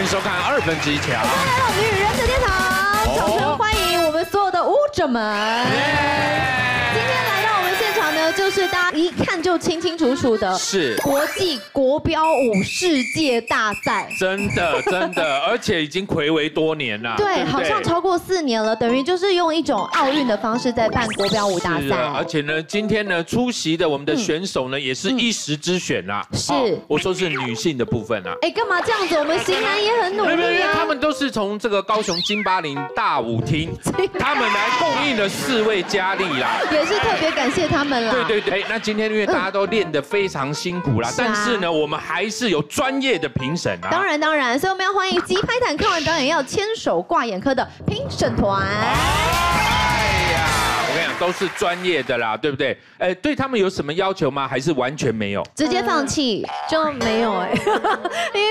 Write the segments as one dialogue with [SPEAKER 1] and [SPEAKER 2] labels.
[SPEAKER 1] 迎收看二分之一强。
[SPEAKER 2] 来到女人的天堂，掌声欢迎我们所有的舞者们。今天来到我们现场呢，就是大家一看就清清楚楚的，
[SPEAKER 1] 是
[SPEAKER 2] 国际国标舞世界大赛。
[SPEAKER 1] 真的，真的，而且已经暌违多年了。
[SPEAKER 2] 对，
[SPEAKER 1] 不
[SPEAKER 2] 好像超过四年了，等于就是用一种奥运的方式在办国标舞大
[SPEAKER 1] 是啊，而
[SPEAKER 2] 赛。
[SPEAKER 1] 且呢，今天呢，出席的我们的选手呢，也是一时之选啦。
[SPEAKER 2] 嗯是
[SPEAKER 1] 哦我说是女性的部分啊。
[SPEAKER 2] 哎，干嘛这样子？我们型男也很努
[SPEAKER 1] 没有，没
[SPEAKER 2] 力
[SPEAKER 1] 有，
[SPEAKER 2] 啊
[SPEAKER 1] 他。们都是从这个高雄金巴林大舞 厅
[SPEAKER 2] 金，
[SPEAKER 1] 他们来供应了四位佳丽啦。
[SPEAKER 2] 也是特别感谢他们啦。
[SPEAKER 1] 对对对，哎那今天因为大家都练得非常辛苦啦，
[SPEAKER 2] 是啊
[SPEAKER 1] 但是呢，我们还是有专业的评审啊。
[SPEAKER 2] 当然当然，所以我们要欢迎吉拍坦看完表演要牵手挂眼科的评审团。
[SPEAKER 1] 哎呀，我跟你讲，都是专业的啦，对不对？哎，对他们有什么要求吗？还是完全没有？
[SPEAKER 2] 直接放弃就没有 哎、
[SPEAKER 3] 欸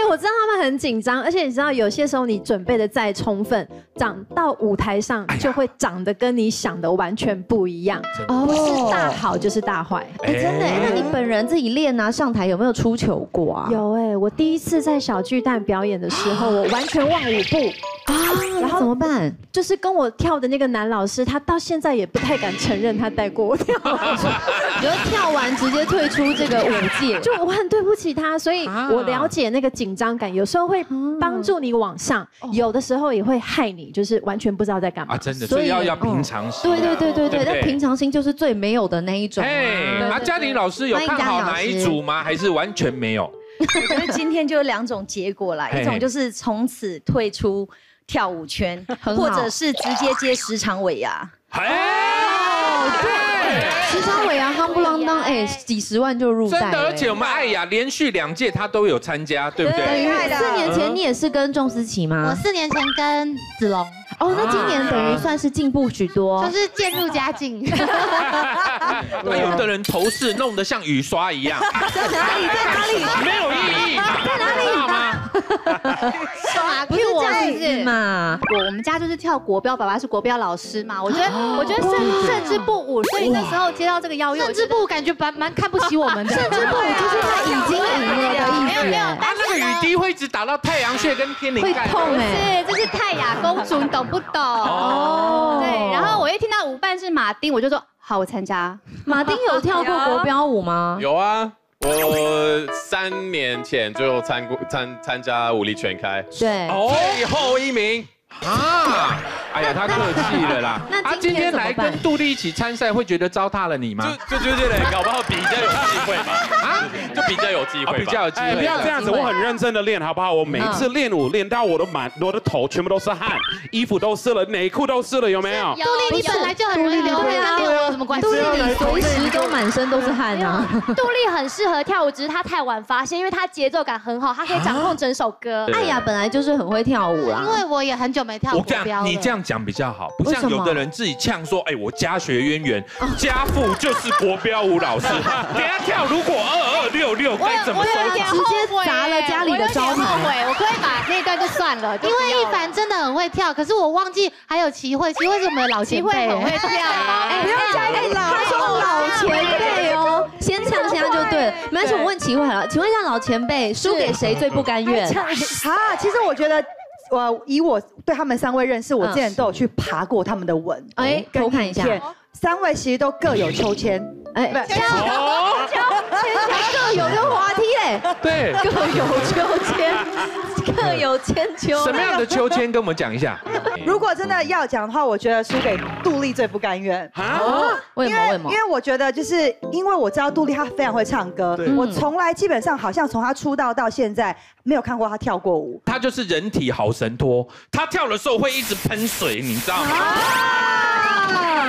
[SPEAKER 3] 因为我知道他们很紧张，而且你知道，有些时候你准备的再充分，长到舞台上就会长得跟你想的完全不一样，不是大好就是大坏。
[SPEAKER 2] 哦哎、真的、
[SPEAKER 1] 哎
[SPEAKER 2] 哎那你本人自己练啊，上台有没有出糗过啊？
[SPEAKER 3] 有哎、我第一次在小巨蛋表演的时候，我完全忘舞步，
[SPEAKER 2] 啊，然后怎么办？
[SPEAKER 3] 就是跟我跳的那个男老师，他到现在也不太敢承认他带过我跳，
[SPEAKER 2] 你就跳完直接退出这个舞界，
[SPEAKER 3] 就我很对不起他，所以
[SPEAKER 1] 啊
[SPEAKER 3] 我了解那个紧张感，有时候
[SPEAKER 2] 啊
[SPEAKER 3] 会帮助你往上，
[SPEAKER 2] 哦
[SPEAKER 3] 有的时候也会害你，就是完全不知道在干嘛
[SPEAKER 1] 啊，。真的，
[SPEAKER 2] 所
[SPEAKER 1] 所
[SPEAKER 2] 以
[SPEAKER 1] 以要
[SPEAKER 2] 嗯
[SPEAKER 1] 要平常心啊。
[SPEAKER 2] 对对对对
[SPEAKER 1] 对
[SPEAKER 2] 对，
[SPEAKER 1] 不对
[SPEAKER 2] 但平常心就是最没有的那一种啊、
[SPEAKER 1] 哎，那嘉玲老师有看好哪一组吗？还是完全没有？
[SPEAKER 4] 因为今天就有两种结果啦，
[SPEAKER 1] 嘿
[SPEAKER 4] 一种就是从此退出跳舞圈，
[SPEAKER 2] 很好
[SPEAKER 4] 或者是直接接十场尾牙。
[SPEAKER 1] 哎，对，
[SPEAKER 2] 时常尾牙夯不啷当，哎，几十万就入袋哎
[SPEAKER 1] 真
[SPEAKER 2] 了、
[SPEAKER 1] 的，而且我们艾雅连续两届她都有参加，对不
[SPEAKER 2] 等
[SPEAKER 1] 对？
[SPEAKER 2] 于
[SPEAKER 5] 厉害的
[SPEAKER 2] 四年前你也是跟仲思琪吗
[SPEAKER 5] 我？四年前跟子龙，
[SPEAKER 2] 哦，那今
[SPEAKER 1] 啊
[SPEAKER 2] 年等于算是进步许多。
[SPEAKER 5] 就是渐入佳 境。
[SPEAKER 1] 那哎有的人头饰弄得像雨刷一样，
[SPEAKER 2] 在哪里？在哪里？
[SPEAKER 1] 没有意义嘛，在哪里吗？
[SPEAKER 2] 不是这样子
[SPEAKER 5] 啊是
[SPEAKER 2] 嘛？
[SPEAKER 5] 我我们家就是跳国标，爸爸是国标老师嘛，我觉得我觉得甚甚至不舞，所以那时候接到这个
[SPEAKER 2] 啊
[SPEAKER 5] 邀约，甚至不感觉蛮蛮看不起我们的，甚
[SPEAKER 2] 甚至不就是
[SPEAKER 6] 哎
[SPEAKER 2] 他已经赢了的意思哎，
[SPEAKER 1] 啊，那个雨滴会一直打到太阳穴跟天灵
[SPEAKER 2] 会
[SPEAKER 1] 盖。
[SPEAKER 2] 痛哎。
[SPEAKER 5] 是，这是泰雅公主，你懂不懂？
[SPEAKER 2] 哦
[SPEAKER 5] 对，然后我一听到舞伴是马丁，我就说好，我参加。
[SPEAKER 2] 马丁有跳
[SPEAKER 5] 啊
[SPEAKER 2] 过国标舞吗？
[SPEAKER 7] 有啊，我三年前最后参过参参加武力全开，
[SPEAKER 2] 对，
[SPEAKER 1] 哦
[SPEAKER 7] 最后一名。
[SPEAKER 1] 啊，哎呀，他客气了啦。
[SPEAKER 2] 那
[SPEAKER 1] 啊
[SPEAKER 2] 今天怎么
[SPEAKER 1] 来
[SPEAKER 2] 办
[SPEAKER 1] 跟杜丽一起参赛，会觉得糟蹋了你吗？
[SPEAKER 7] 就就就这嘞，搞不好比较有机会嘛，啊，就比较有机
[SPEAKER 1] 啊
[SPEAKER 7] 会，
[SPEAKER 1] 比较有机
[SPEAKER 8] 哎，不
[SPEAKER 1] 会
[SPEAKER 8] 要。这样子，我很认真的练，好不好？我每次练舞练到我的满，我的头全部都是汗，衣服都湿了，内裤都湿了，有没有？
[SPEAKER 5] 杜丽，你本来就很容易流
[SPEAKER 2] 对
[SPEAKER 5] 汗，
[SPEAKER 2] 啊
[SPEAKER 5] 跟我有什么关系？
[SPEAKER 2] 杜丽，你随时都满身都是汗啊！
[SPEAKER 9] 杜丽很适合跳舞，只是她太晚发现，因为她节奏感很好，她可以掌
[SPEAKER 1] 啊
[SPEAKER 9] 控整首歌。
[SPEAKER 2] 艾雅哎本来就是很会跳舞啦
[SPEAKER 5] 因，为我也很久没跳
[SPEAKER 1] 我
[SPEAKER 5] 国
[SPEAKER 1] 这
[SPEAKER 5] 标
[SPEAKER 1] 样，
[SPEAKER 5] 了。
[SPEAKER 1] 你这样讲比较好，不
[SPEAKER 2] 为
[SPEAKER 1] 像
[SPEAKER 2] 什么哦
[SPEAKER 1] 有的人自己呛说，哎，我家学渊源，家父就是国标舞 老师，等一下跳如果二二六六该怎么收场？
[SPEAKER 2] 直接砸了家里的招
[SPEAKER 5] 后
[SPEAKER 2] 牌。
[SPEAKER 5] 啊悔，我可以把那段就算了，因
[SPEAKER 9] 因为
[SPEAKER 5] 为一
[SPEAKER 9] 一
[SPEAKER 5] 凡
[SPEAKER 9] 凡
[SPEAKER 5] 真的很会跳，可是我忘记还有齐慧，齐慧是我们的老前辈，
[SPEAKER 9] 跳
[SPEAKER 2] 不要加一个哎老，他说老前辈哦，先呛下就对了。没关系，我问齐慧好了，请问一下老前辈，输给谁最不甘愿？
[SPEAKER 10] 啊，其实我觉得，我以我对他们三位认识，我之前都有去爬过他们的文，
[SPEAKER 2] 哎，偷看一下，
[SPEAKER 10] 片三位其实都各有秋千，
[SPEAKER 2] 哎，
[SPEAKER 10] 不
[SPEAKER 2] 跳
[SPEAKER 1] 哦，
[SPEAKER 2] 各有溜滑梯嘞，
[SPEAKER 1] 对，
[SPEAKER 2] 各有秋千，各有千秋。
[SPEAKER 1] 什么样的秋千跟我们讲一下？
[SPEAKER 10] 如果真的要讲的话，我觉得输给杜丽最不甘愿。
[SPEAKER 2] 哦？为什
[SPEAKER 10] 因
[SPEAKER 2] 么？
[SPEAKER 10] 为
[SPEAKER 2] 为什么
[SPEAKER 10] 因？为我觉得，就是因为我知道杜丽她非常会唱歌，我从来基本上好像从她出道到现在没有看过她跳过舞。
[SPEAKER 1] 他就是人体好神托，他跳的时候会一直喷水，你知道吗？
[SPEAKER 2] 啊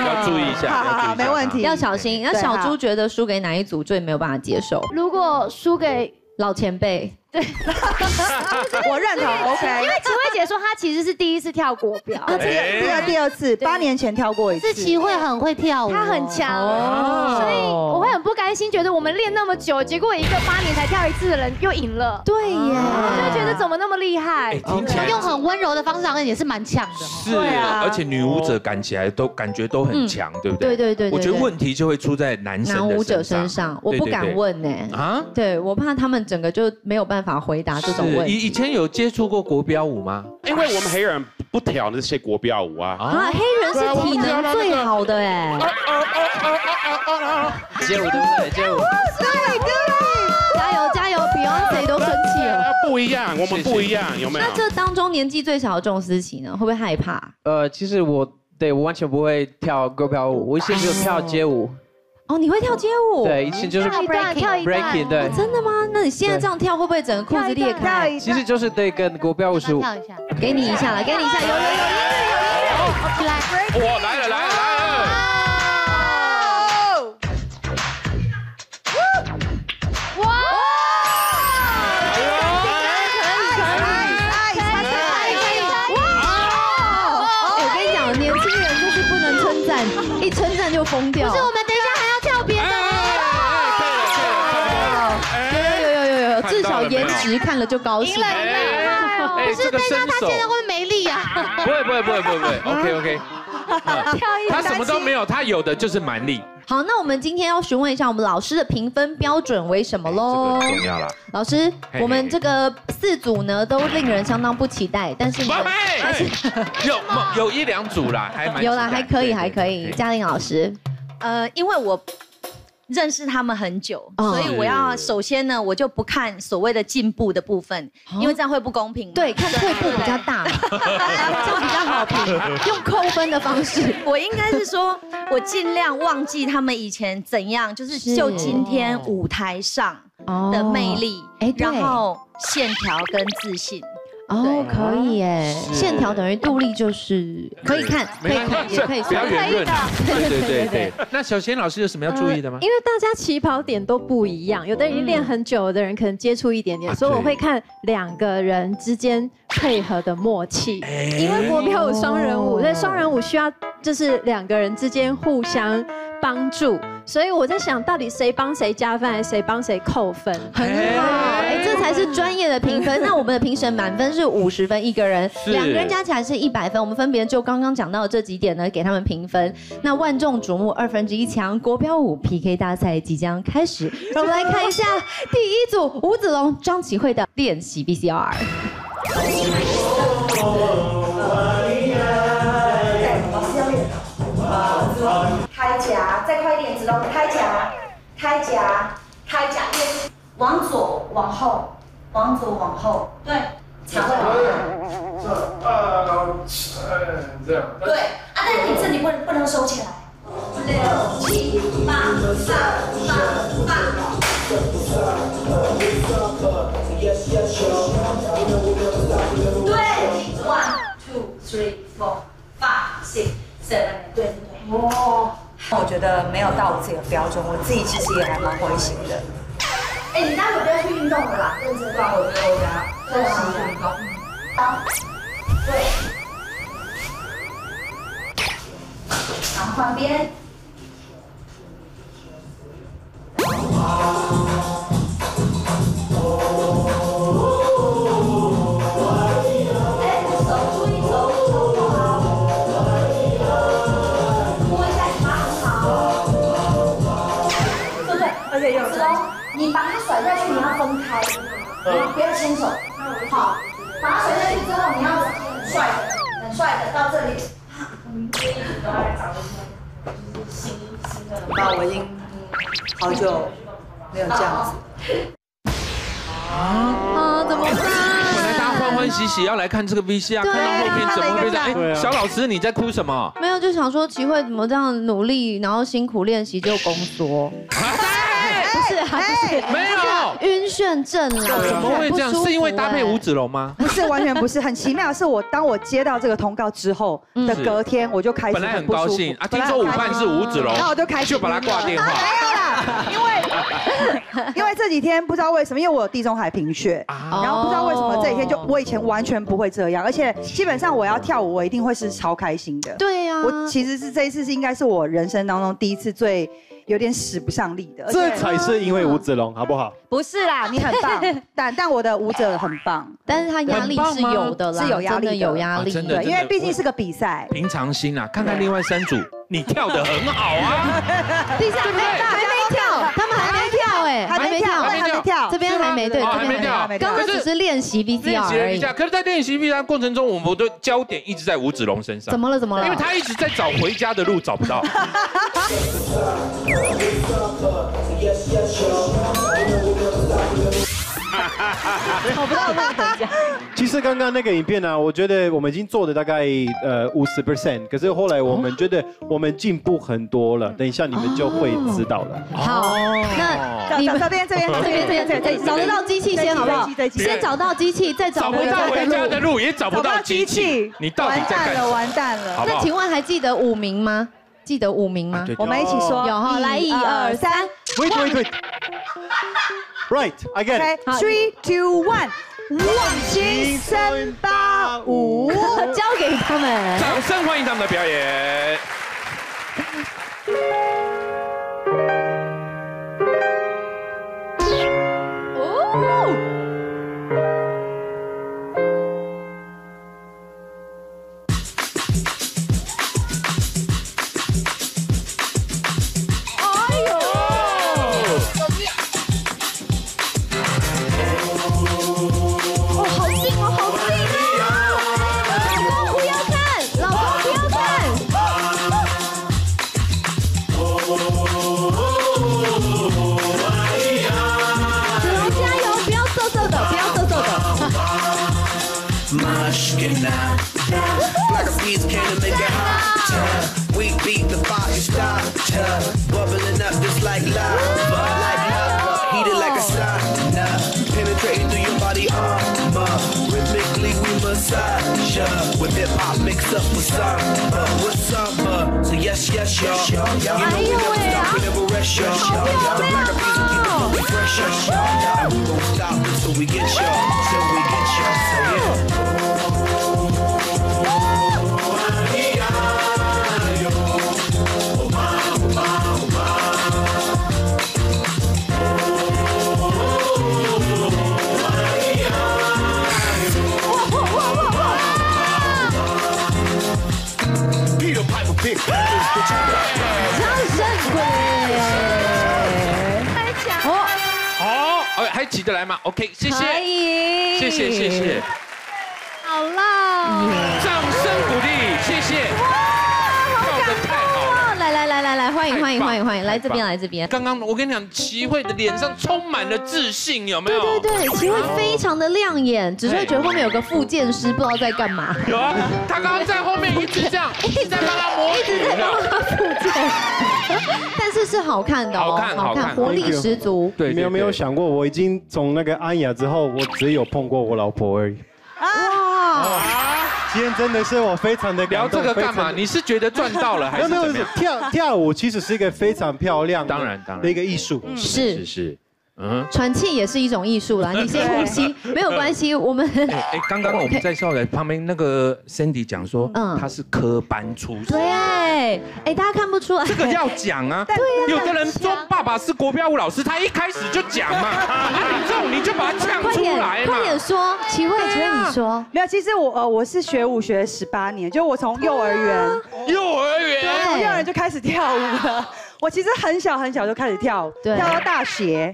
[SPEAKER 1] 要注意一下，要
[SPEAKER 10] 好
[SPEAKER 1] 注意
[SPEAKER 10] 好
[SPEAKER 1] 一下
[SPEAKER 10] 好，没问题。
[SPEAKER 2] 要小心。那
[SPEAKER 10] 对
[SPEAKER 2] 小
[SPEAKER 10] 好
[SPEAKER 2] 猪觉得输给哪一组最没有办法接受？
[SPEAKER 9] 如果输给，
[SPEAKER 2] 老前辈，
[SPEAKER 10] 我认 同。OK，
[SPEAKER 9] 因为齐慧姐说她其实是第一次跳国标，
[SPEAKER 10] 这
[SPEAKER 1] 哎
[SPEAKER 10] 个这个第二次，八年前跳过一次
[SPEAKER 5] 是。齐慧很会跳舞，
[SPEAKER 9] 她很。强，
[SPEAKER 2] 哦
[SPEAKER 9] 哦所以我会很不甘心，觉得我们练那么久，结果一个八年才跳一次的人又赢了，
[SPEAKER 2] 对耶，
[SPEAKER 9] 就会觉得怎么那么厉害
[SPEAKER 1] 哎，？听起来
[SPEAKER 5] 用很温柔的方式，好像也是蛮强的哦。
[SPEAKER 1] 是，
[SPEAKER 2] 啊
[SPEAKER 1] 而且女舞 者感起来都感觉都很强，对不对？
[SPEAKER 2] 嗯对对对对
[SPEAKER 1] 我觉得
[SPEAKER 2] 对
[SPEAKER 1] 问题就会出在男生的
[SPEAKER 2] 男舞者身上，我
[SPEAKER 1] 对
[SPEAKER 2] 不
[SPEAKER 1] 对
[SPEAKER 2] 敢
[SPEAKER 1] 对
[SPEAKER 2] 问呢。
[SPEAKER 1] 啊。
[SPEAKER 2] 对，我怕他们整个就没有办办法回啊答这种问
[SPEAKER 1] 是
[SPEAKER 2] 题。
[SPEAKER 1] 以以前有接触过国标舞吗？
[SPEAKER 8] 因为我们黑人不跳那些国标舞啊。
[SPEAKER 2] 啊，黑人是体能最好的 哎，
[SPEAKER 11] 街舞对不对？街舞
[SPEAKER 2] 加油加油，Beyonce 都生气了。
[SPEAKER 8] 不一样，我们不一样，有没有
[SPEAKER 2] 那？这当中年纪最小的仲思琪呢，会不会害怕？
[SPEAKER 11] 呃，其实我对我完全不会跳国标舞，我以前只有跳街舞，
[SPEAKER 2] 哦，你会跳街舞？
[SPEAKER 11] 对，以前就是
[SPEAKER 9] 跳一段，跳一段，
[SPEAKER 11] breaking，对
[SPEAKER 2] 哦，真的吗？那你现在这样跳，会不会整个裤子裂开？
[SPEAKER 11] 其实就是对跟国标舞是
[SPEAKER 5] 跳一下，
[SPEAKER 2] 给你一下来，给你一下，有有有有。
[SPEAKER 5] 起来，
[SPEAKER 8] 哦
[SPEAKER 7] 哇，来了来了来了！
[SPEAKER 2] 哎我跟你讲，年轻人就是不能称赞，一称赞就疯掉。
[SPEAKER 9] 不是，我们等一下还要跳别的哦。
[SPEAKER 2] 有有有有有，
[SPEAKER 1] 看到了
[SPEAKER 2] 至少颜
[SPEAKER 1] 没
[SPEAKER 2] 值看了就高兴。
[SPEAKER 7] 哎，
[SPEAKER 5] 不是
[SPEAKER 7] 这个
[SPEAKER 5] 等一下
[SPEAKER 7] 身
[SPEAKER 5] 他
[SPEAKER 7] 手
[SPEAKER 5] 现在会不会没力啊？
[SPEAKER 7] 不会不会不会不会不会，OK OK，
[SPEAKER 1] 啊他什么都没有，他有的就是蛮力，
[SPEAKER 2] 好，那我们今天要询问一下我们老师的评分标准为什么
[SPEAKER 1] 哎这个
[SPEAKER 2] 喽？
[SPEAKER 1] 很重要啦。
[SPEAKER 2] 老师
[SPEAKER 1] 嘿，
[SPEAKER 2] 我们这个四组呢都令人相当不期待，但是呢
[SPEAKER 1] 宝，贝，有有一两组啦，还蛮
[SPEAKER 2] 啊有啦，还可以，还可
[SPEAKER 1] 对
[SPEAKER 2] 以。
[SPEAKER 1] 对
[SPEAKER 2] 嘉玲老师，
[SPEAKER 4] 呃，因为我认识他们很久，
[SPEAKER 2] 嗯
[SPEAKER 4] 所以我要首先呢，我就不看所谓的进步的部分，因为这样会不公平嘛。
[SPEAKER 2] 哦对，看退步比较大，这样比较好评，用扣分的方式。
[SPEAKER 4] 我应该是说，我尽量忘记他们以前怎样，就是
[SPEAKER 2] 是
[SPEAKER 4] 就今天舞台上的魅力
[SPEAKER 2] 哎，对
[SPEAKER 4] 然后线条跟自信。
[SPEAKER 2] 哦，可以耶，
[SPEAKER 7] 是
[SPEAKER 2] 线条等于杜丽就是可以看，可以看，也可以
[SPEAKER 1] 不要
[SPEAKER 2] 算。
[SPEAKER 1] 圆润啊，对对对对。那小贤老师有什么要注意的吗
[SPEAKER 3] 呃？因为大家起跑点都不一样，有的人已经练很久，有的人可能接触一点
[SPEAKER 1] 啊
[SPEAKER 3] 点，所以我
[SPEAKER 1] 对
[SPEAKER 3] 会看两个人之间配合的默契。
[SPEAKER 1] 哎
[SPEAKER 3] 因为国标舞双人舞，所以双人舞需要就是两个人之间互相帮助，所以我在想到底谁帮谁加分，还是谁帮谁扣分？
[SPEAKER 2] 很好，哎，这 才是专业的评分。那我们的评审满分是五十分一个人，
[SPEAKER 1] 是
[SPEAKER 2] 两个人加起来是一百分。我们分别就刚刚讲到的这几点呢，给他们评分。那万众瞩目二分之一强国标舞 PK 大赛即将开始，让我们来看一下第一组吴子龙、张启慧的练习 BCR。
[SPEAKER 10] 对，老师要练的。开夹，再快一点，子龙，开夹，开夹，开夹，练，往左，往后，往左，往后，对，肠胃往后，
[SPEAKER 12] 这样。
[SPEAKER 10] 对，啊，但是你这里不能不能收起来。六七八上上上，对，one two three four five six seven，对对对。哦，我觉得没有到我自己的标准，我自己其实也还蛮灰心的。哎，你待会不要去运动了啦，认真吧，我觉得我等下再想运动。好，对。然后换边。子龙，你把它甩下去，你要分开，你要不要牵手，好，把它甩下去之后，你要很帅的，很帅的到这里。那我已经好久没有这样子。
[SPEAKER 2] 啊，怎么
[SPEAKER 1] 本来
[SPEAKER 2] 办？
[SPEAKER 1] 大家欢欢喜喜要来看这个 VCR，
[SPEAKER 2] 啊对
[SPEAKER 1] 看到后面怎么会这
[SPEAKER 2] 看了一个
[SPEAKER 1] 样？哎，小老师你在哭什么？
[SPEAKER 2] 没有，就想说齐慧怎么这样努力，然后辛苦练习就宫缩。不是啊，不是，
[SPEAKER 1] 没有，
[SPEAKER 2] 晕眩症啦。
[SPEAKER 1] 怎么会这样？
[SPEAKER 2] 很不舒服
[SPEAKER 1] 是因为搭配
[SPEAKER 2] 哎
[SPEAKER 1] 吴子龙吗？
[SPEAKER 10] 不是，完全不是，很奇妙。是我当我接到这个通告之后
[SPEAKER 2] 嗯
[SPEAKER 10] 的
[SPEAKER 1] 是
[SPEAKER 10] 隔天，我就开始
[SPEAKER 1] 本来很
[SPEAKER 10] 不
[SPEAKER 1] 高
[SPEAKER 10] 舒服哎
[SPEAKER 1] 兴啊，听
[SPEAKER 10] 本来
[SPEAKER 1] 说午
[SPEAKER 10] 很开
[SPEAKER 1] 饭
[SPEAKER 10] 心
[SPEAKER 1] 是吴子龙，
[SPEAKER 10] 然后我就开始
[SPEAKER 1] 就把他挂电话。
[SPEAKER 10] 没有啦，因为 因为这几天不知道为什么，因为我有地中海 贫血，
[SPEAKER 1] 啊
[SPEAKER 10] 然后不知道为什么这几天就我以前完全不会这样，而且基本上我要跳舞，我一定会是超开心的。
[SPEAKER 2] 对啊呀、
[SPEAKER 10] 我其实是这一次是应该是我人生当中第一次最有点使不上力的，而且嗯
[SPEAKER 12] 这才是因为吴子龙，好不好？
[SPEAKER 10] 不是啦，你很棒， 但但我的舞者很棒，
[SPEAKER 2] 啊但是他压力是有的啦，
[SPEAKER 10] 是有压力的
[SPEAKER 2] 真的有压力。
[SPEAKER 1] 啊真的
[SPEAKER 10] 对，因为毕竟是个比赛，
[SPEAKER 1] 平常心啊，看看另外 三组，你跳得很好啊。
[SPEAKER 2] 第三还没跳，他们还没跳哎、对，
[SPEAKER 10] 还没跳，还没跳，
[SPEAKER 2] 这边还没对，
[SPEAKER 10] 哦
[SPEAKER 2] 这
[SPEAKER 10] 还没
[SPEAKER 2] 边
[SPEAKER 10] 跳
[SPEAKER 2] 还没刚刚只是练习 VCR
[SPEAKER 1] 练习
[SPEAKER 2] 而
[SPEAKER 1] 了一
[SPEAKER 2] 已。
[SPEAKER 1] 下，可是，在练习 V 三过程中，我们的焦点一直在吴子龙身上。
[SPEAKER 2] 怎么了？怎么了？
[SPEAKER 1] 因为他一直在找回家的路，找不到。
[SPEAKER 10] 我不知道为什么讲。
[SPEAKER 12] 其实刚刚那个影片呢、啊我觉得我们已经做的大概呃五十 percent，可是后来我们觉得我们进步很多
[SPEAKER 10] 嗯
[SPEAKER 12] 了，等一下你们就会知道了。
[SPEAKER 10] 哦
[SPEAKER 2] 好，
[SPEAKER 1] 哦
[SPEAKER 2] 那你们
[SPEAKER 10] 这边这边
[SPEAKER 2] 这边这边这边找得到机器先好不好
[SPEAKER 10] 这一集这一？集
[SPEAKER 2] 先找到机器，再
[SPEAKER 1] 找
[SPEAKER 2] 找
[SPEAKER 1] 不
[SPEAKER 2] 回
[SPEAKER 1] 到
[SPEAKER 2] 家
[SPEAKER 1] 回家
[SPEAKER 2] 的
[SPEAKER 1] 的
[SPEAKER 2] 路。
[SPEAKER 1] 路，也找不到机器，你到底
[SPEAKER 10] 完
[SPEAKER 1] 在干
[SPEAKER 10] 蛋
[SPEAKER 1] 什
[SPEAKER 10] 了，
[SPEAKER 1] 么？
[SPEAKER 10] 完蛋了。
[SPEAKER 1] 好不
[SPEAKER 2] 那
[SPEAKER 1] 好
[SPEAKER 2] 请问还记得五名吗？记得五名吗
[SPEAKER 1] 对？
[SPEAKER 10] 我们一起说，
[SPEAKER 2] 有哈，来一二三。
[SPEAKER 12] Wait wait wait。Right, I get
[SPEAKER 10] OK,
[SPEAKER 12] it.
[SPEAKER 10] three, two, one，万七三八五，
[SPEAKER 2] 交给他们。
[SPEAKER 1] 掌声欢迎他们的表演。
[SPEAKER 10] 哦，好近哦，好近哦！老公不要看，老公不要看。子龙加油，不要瘦瘦的，不要瘦瘦的。
[SPEAKER 13] Mushkina. Black beats came to make it hot. We beat the fire starter. Bubbling up just like lava. Like lava. Heated like a sauna. Penetrating through your body armor. Rhythmically we massage ya. With hip hop mixed up with samba. With samba. So yes, yes, y'all. eh? You know we never stop, we never rest, y'all. The black beats will keep us on fresh, y'all. We won't stop until we get y'all. Till we get y'all. So yeah.
[SPEAKER 14] Peter Piper pick.
[SPEAKER 10] 太强了！
[SPEAKER 1] 哦，哎，还起得来吗？OK，谢谢，
[SPEAKER 10] 可以
[SPEAKER 1] 谢谢，谢谢，
[SPEAKER 3] 好啦，
[SPEAKER 1] 掌声鼓励，谢谢。
[SPEAKER 2] 哦来来来来来，欢迎欢迎欢迎欢迎，来这边
[SPEAKER 1] 太棒
[SPEAKER 2] 来这边。
[SPEAKER 1] 刚刚我跟你讲，齐慧的脸上充满了自信，有没有？
[SPEAKER 2] 对对对，齐慧非常的亮眼，只是会觉得后面有个复健师不知道在干嘛。
[SPEAKER 1] 有啊，他刚刚在后面一直这 样，
[SPEAKER 2] 哎
[SPEAKER 1] 一直在帮他
[SPEAKER 2] 一直在帮他复健， 但是是好看的哦，
[SPEAKER 1] 好看好看
[SPEAKER 2] 活力十足。
[SPEAKER 12] 对，你们有没有想过，我已经从那个安雅之后，我只有碰过我老婆而已。
[SPEAKER 1] 哦
[SPEAKER 12] 今天真的是我非常的
[SPEAKER 1] 聊
[SPEAKER 12] 感
[SPEAKER 1] 这
[SPEAKER 12] 动
[SPEAKER 1] 个干
[SPEAKER 12] 非
[SPEAKER 1] 嘛？
[SPEAKER 12] 常
[SPEAKER 1] 你是觉得赚到了还是
[SPEAKER 12] 没
[SPEAKER 1] 怎
[SPEAKER 12] 有
[SPEAKER 1] 么
[SPEAKER 12] 没有
[SPEAKER 1] 样？
[SPEAKER 12] 跳跳舞其实是一个非常漂亮，当
[SPEAKER 1] 然当然
[SPEAKER 12] 的一个艺术，
[SPEAKER 2] 是
[SPEAKER 1] 是是，嗯。
[SPEAKER 2] 喘气也是一种艺 术啦，你先呼吸，没有关系，我们
[SPEAKER 1] 哎哎，刚刚我们在校园旁边那个 Cindy 讲说，
[SPEAKER 2] 嗯
[SPEAKER 1] 他是科班出身。
[SPEAKER 2] 对，哎，大家看不出来，
[SPEAKER 1] 这个要讲啊，有的人说爸爸是国标舞老师，他一开始就讲嘛，啊你这种你就把他呛
[SPEAKER 10] 快
[SPEAKER 1] 出
[SPEAKER 10] 点
[SPEAKER 1] 来嘛
[SPEAKER 10] 快。点
[SPEAKER 2] 说，奇
[SPEAKER 10] 慧，
[SPEAKER 1] 对
[SPEAKER 10] 请
[SPEAKER 1] 啊
[SPEAKER 10] 问你
[SPEAKER 2] 说。
[SPEAKER 10] 没有，其实我呃我是学舞学十八年，就我从幼儿园，
[SPEAKER 1] 哦幼儿哦
[SPEAKER 10] 对，我从幼儿园就开始跳舞了。我其实很小很小就开始跳舞，
[SPEAKER 2] 对
[SPEAKER 10] 跳到大学。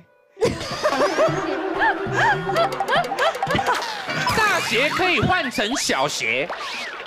[SPEAKER 1] 大学可以换成小学，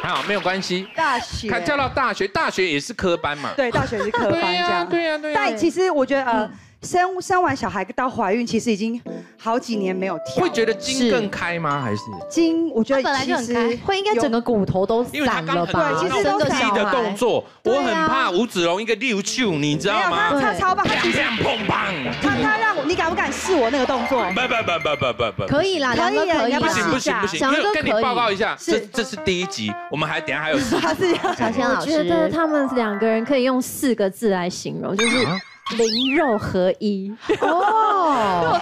[SPEAKER 1] 好，没有关系。
[SPEAKER 10] 大学
[SPEAKER 1] 看叫到大学，大学也是科班嘛。
[SPEAKER 10] 对，大学是科班这样。
[SPEAKER 1] 对呀、对呀、嗯
[SPEAKER 10] 但其实我觉得，呃，生生完小孩到怀孕，其实已经好几年没有跳。
[SPEAKER 1] 会觉得筋更开吗？还是？
[SPEAKER 10] 筋，我觉得
[SPEAKER 2] 他本来就很
[SPEAKER 10] 其实
[SPEAKER 2] 开会应该整个骨头都
[SPEAKER 1] 因为他
[SPEAKER 2] 散
[SPEAKER 1] 刚
[SPEAKER 2] 了
[SPEAKER 1] 很
[SPEAKER 2] 吧？
[SPEAKER 1] 那种
[SPEAKER 2] 生个
[SPEAKER 1] 力
[SPEAKER 2] 小
[SPEAKER 1] 的
[SPEAKER 2] 孩
[SPEAKER 1] 动作，我很怕吴子龙一个六球，你知道吗？
[SPEAKER 10] 没有他他超棒他
[SPEAKER 1] 砰
[SPEAKER 10] 其实
[SPEAKER 1] 砰砰砰！
[SPEAKER 10] 他他让我，你敢不敢试我那个动作？
[SPEAKER 1] 不不不不不不不！
[SPEAKER 2] 可以啦梁哥可以啦
[SPEAKER 1] 不行不行不行！
[SPEAKER 2] 梁
[SPEAKER 1] 因
[SPEAKER 2] 哥
[SPEAKER 1] 为跟你
[SPEAKER 2] 可以
[SPEAKER 1] 报告一下，这
[SPEAKER 2] 是
[SPEAKER 1] 这是第一集，我们还等一下还有四集。
[SPEAKER 3] 我觉得他们两个人可以用四个字来形容，就是
[SPEAKER 1] 啊
[SPEAKER 3] 灵肉合 一。
[SPEAKER 1] 哦
[SPEAKER 3] 哦，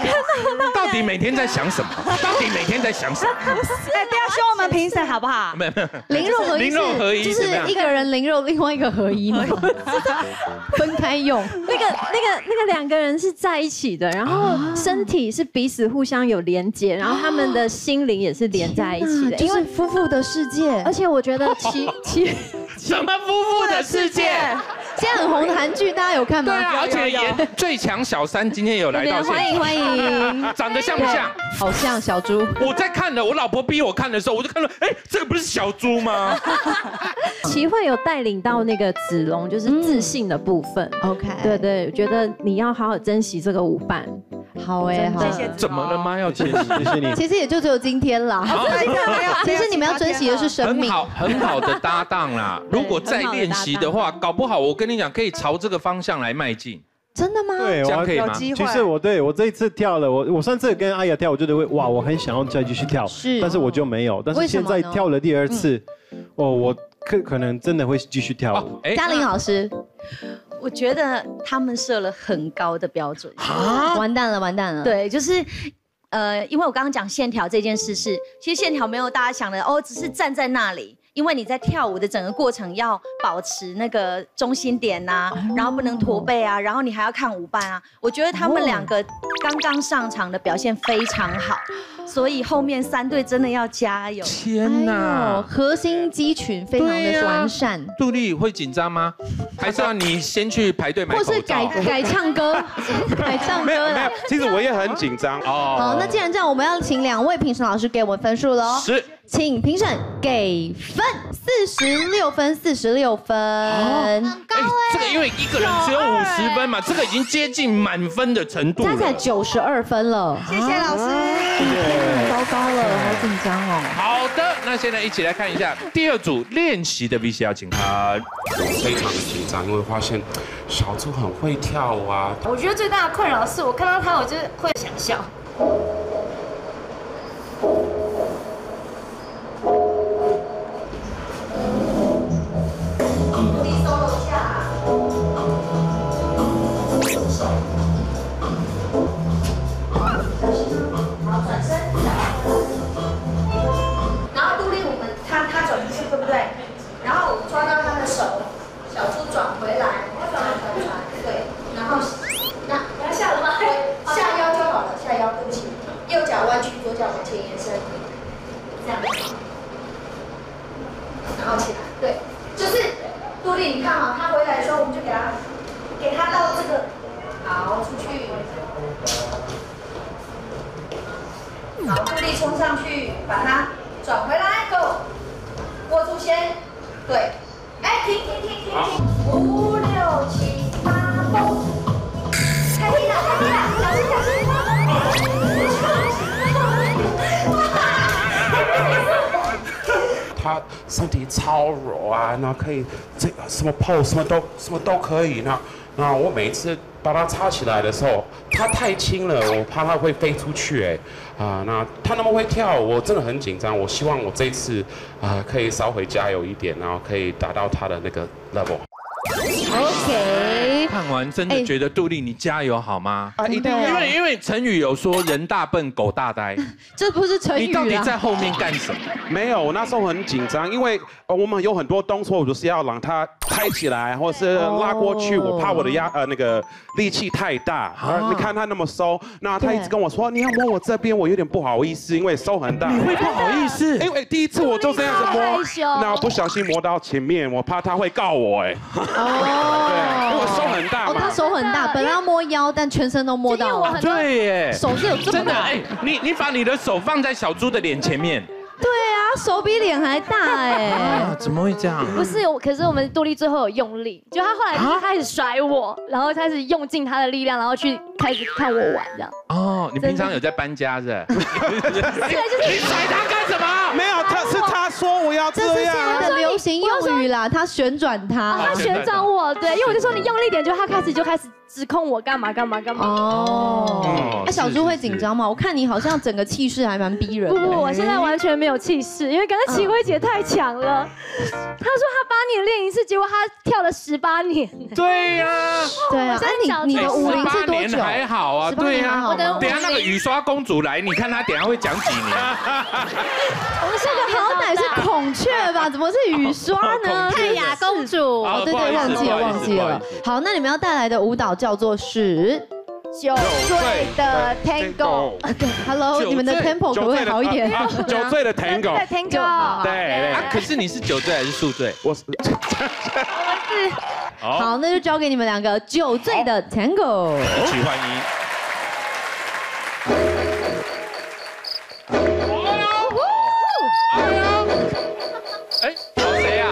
[SPEAKER 1] 到底每天在想什么？到底每天在想 什么？
[SPEAKER 10] 哎，不要凶我们评审好不好？
[SPEAKER 1] 没有没有，
[SPEAKER 2] 灵肉合一，
[SPEAKER 1] 灵肉合一
[SPEAKER 2] 就
[SPEAKER 1] 怎
[SPEAKER 2] 是
[SPEAKER 1] 么样
[SPEAKER 2] 一个人灵肉，另外一个合 一嘛， 分开用。
[SPEAKER 3] 那个、那个、那个两个人是在一起的，然
[SPEAKER 2] 啊
[SPEAKER 3] 后身体是彼此互相有连接，然后他们的心灵也是连在一
[SPEAKER 10] 啊
[SPEAKER 3] 起的，
[SPEAKER 2] 天
[SPEAKER 3] 因
[SPEAKER 2] 哪
[SPEAKER 3] 为
[SPEAKER 2] 就 夫妇的世界。
[SPEAKER 3] 而且我觉得其其
[SPEAKER 1] 什么夫妇的世界？
[SPEAKER 2] 现在很红的韩剧，大家有看吗？
[SPEAKER 1] 对啊，而且 演最强小三今天有来到现场，
[SPEAKER 2] 啊欢迎欢迎，
[SPEAKER 1] 长得像不像？
[SPEAKER 2] 好像小猪。
[SPEAKER 1] 我在看的，我老婆逼我看的时候，我就看到，哎，这个不是小猪 吗？
[SPEAKER 3] 齐慧有带领到那个子龙，就是自信的部分。
[SPEAKER 2] OK，
[SPEAKER 3] 对对，我觉得你要好好珍惜这个舞伴。
[SPEAKER 2] 好哎，好。
[SPEAKER 1] 怎么了吗？要谢
[SPEAKER 12] 谢谢你。
[SPEAKER 2] 其实也就只有今天啦。
[SPEAKER 3] 哦
[SPEAKER 2] 其实你们要珍惜的是生
[SPEAKER 1] 很
[SPEAKER 2] 命。
[SPEAKER 1] 好很好的搭档 啦。如果再练习的话，搞不好我跟你讲，可以朝这个方向来迈进。
[SPEAKER 2] 真的吗？
[SPEAKER 12] 对，
[SPEAKER 1] 这样
[SPEAKER 12] 我
[SPEAKER 1] 可以吗
[SPEAKER 12] 其实我对我这一次跳了，我我上次跟阿雅跳，我觉得会哇，我很想要再继续跳，
[SPEAKER 2] 是
[SPEAKER 12] 但是我就没有。但
[SPEAKER 2] 为
[SPEAKER 12] 是
[SPEAKER 2] 什
[SPEAKER 12] 现
[SPEAKER 2] 么
[SPEAKER 12] 在
[SPEAKER 2] 呢嗯
[SPEAKER 12] 跳了第二次，哦，我可可能真的会继续跳
[SPEAKER 1] 哦
[SPEAKER 12] 舞。
[SPEAKER 4] 哎
[SPEAKER 2] 嘉玲老师，
[SPEAKER 4] 我觉得他们设了很高的标准。
[SPEAKER 2] 完蛋了，完蛋了。，
[SPEAKER 4] 对，就是。呃，因为我刚刚讲线条这件事是，其实线条没有大家想的哦，只是站在那里。因为你在跳舞的整个过程要保持那个中心点呐、然后不能驼背啊，然后你还要看舞伴啊。我觉得他们两个刚刚上场的表现非常好，所以后面三队真的要加油。哎
[SPEAKER 1] 天哪！
[SPEAKER 2] 核心肌群非常的完善。
[SPEAKER 1] 杜丽会紧张吗？还是要你先去排队买
[SPEAKER 2] 或
[SPEAKER 1] 口罩？
[SPEAKER 2] 是改改唱歌， 改唱歌啦。
[SPEAKER 7] 其实我也很紧张哦。
[SPEAKER 2] 好，那既然这样，我们要请两位评审老师给我们分数喽。
[SPEAKER 1] 是，
[SPEAKER 2] 请评审给分四十六分，四十六分。
[SPEAKER 1] 哎，这个因为一个人只有五十分
[SPEAKER 2] 哎
[SPEAKER 1] 嘛，这个已经接近满分的程度
[SPEAKER 2] 加起来
[SPEAKER 1] 了。
[SPEAKER 2] 九十二分了，谢谢老师，糟糕了，好紧张哦。
[SPEAKER 1] 好的，那现在一起来看一下第二组练习的 VCR 请看。
[SPEAKER 15] 非常紧张，因为发现小猪很会跳舞啊。
[SPEAKER 16] 我觉得最大的困扰是我看到他，我就是会想笑。
[SPEAKER 10] 好，转身。然后杜丽，我们他他转出去，对不对？然后我们抓到他的手，小猪转回来，转转转，对。然后那你要下了吗？下腰就好了，下腰，对不起。右脚弯曲，左脚往前延伸，这样。然后起来，对，就是杜丽，你看
[SPEAKER 4] 哦
[SPEAKER 10] 啊，他回来的时候，我们就给他给他到这个，好，出去。好，助力冲上去，把它转回来，Go，握住先，对，哎，停停停停停，五六七八，Go，开心了，开心了，小心小心。
[SPEAKER 15] 他身体超柔啊，然后可以这什么 pose 什么都什么都可以。那那我每次把它插起来的时候，它太轻了，我怕它会飞出去哎。啊、那他那么会跳，我真的很紧张。我希望我这一次啊、可以稍微加油一点，然后可以达到他的那个 level。
[SPEAKER 2] OK，
[SPEAKER 1] 看完真的觉得杜丽，你加油好吗？
[SPEAKER 2] 啊一定要
[SPEAKER 1] 因为因为成语有说人大笨狗哦大呆，
[SPEAKER 2] 这不是成
[SPEAKER 1] 你
[SPEAKER 2] 语啊
[SPEAKER 1] 到底
[SPEAKER 2] 啦
[SPEAKER 1] 在后面干什么？
[SPEAKER 8] 没有，我那时候很紧张，因为呃我们有很多动作，我就是要让它拍起来，或者是拉过去，我怕我的压呃那个力气太大。而你看他那么收，那他一直跟我说你要摸我这边，我有点不好意思，因为收很大。你
[SPEAKER 1] 会不好意思？
[SPEAKER 8] 因为第一次我就这样子
[SPEAKER 17] 好
[SPEAKER 8] 摸
[SPEAKER 17] 害羞，
[SPEAKER 8] 那不小心摸到前面，我怕他会告我 哎。对，因为我手很大
[SPEAKER 2] 哦，
[SPEAKER 8] 嘛
[SPEAKER 2] 他。手哦很大，本来要摸腰，但全身都摸到了。
[SPEAKER 8] 啊
[SPEAKER 1] 对耶，
[SPEAKER 2] 哦手是有这么
[SPEAKER 1] 真的
[SPEAKER 2] 大。
[SPEAKER 1] 哎，你你把你的手放在小猪的脸前面，
[SPEAKER 2] 对啊，手比脸还大哎。
[SPEAKER 1] 啊，怎么会这样？
[SPEAKER 9] 不是，我可是我们杜丽最后有用力，就她后来就是开始甩我，然后开始用尽她的力量，然后去开始看我玩这样。
[SPEAKER 1] 哦，你平常有在搬家是不是？你甩他干什么？
[SPEAKER 8] 没有，他是他说我要
[SPEAKER 2] 这是
[SPEAKER 8] 这
[SPEAKER 2] 现
[SPEAKER 8] 样。
[SPEAKER 2] 在的流行用语啦，他旋转他，
[SPEAKER 9] 她哦旋转我，对，因为我就说你用力一点，就她开始就开始指控我干嘛干嘛干嘛。
[SPEAKER 2] 哦
[SPEAKER 9] 哦，
[SPEAKER 2] 哎，小猪会紧张吗？我看你好像整个气势还蛮逼人
[SPEAKER 9] 不
[SPEAKER 2] 的。嗯
[SPEAKER 9] 不，我现在完全没有气势，因为刚刚齐慧姐太强了。她说她八年练一次，结果她跳了十八年。
[SPEAKER 1] 对呀、
[SPEAKER 2] 对啊
[SPEAKER 9] 我现在
[SPEAKER 2] 啊 你
[SPEAKER 9] 脚
[SPEAKER 2] 你的
[SPEAKER 9] 酸
[SPEAKER 2] 舞龄
[SPEAKER 1] 哎八
[SPEAKER 2] 是多
[SPEAKER 1] 年
[SPEAKER 2] 久？
[SPEAKER 1] 还好啊，
[SPEAKER 2] 十八
[SPEAKER 1] 对
[SPEAKER 2] 年还
[SPEAKER 1] 呀、
[SPEAKER 2] 好吗
[SPEAKER 1] 等一下那个雨刷公主来，你看她等一下会讲 几年？
[SPEAKER 2] 我们下个好歹是孔雀吧，怎么是雨刷呢？
[SPEAKER 5] 太雅公主
[SPEAKER 2] 哦，对对，忘记了，忘记了。好，那你们要带来的舞蹈叫做是
[SPEAKER 5] 九岁的 Tango，
[SPEAKER 2] 对，Hello，你们的啊 tempo 可不可以好一点？
[SPEAKER 8] 酒醉的 Tango，
[SPEAKER 5] 对，Tango，
[SPEAKER 8] 对
[SPEAKER 18] 啊，可是你是酒醉还是宿醉？
[SPEAKER 8] 我 是
[SPEAKER 5] 是
[SPEAKER 1] 哦
[SPEAKER 2] 好，那就交给你们两个酒醉的 Tango，
[SPEAKER 18] 一起换衣。
[SPEAKER 17] 哎，找谁呀？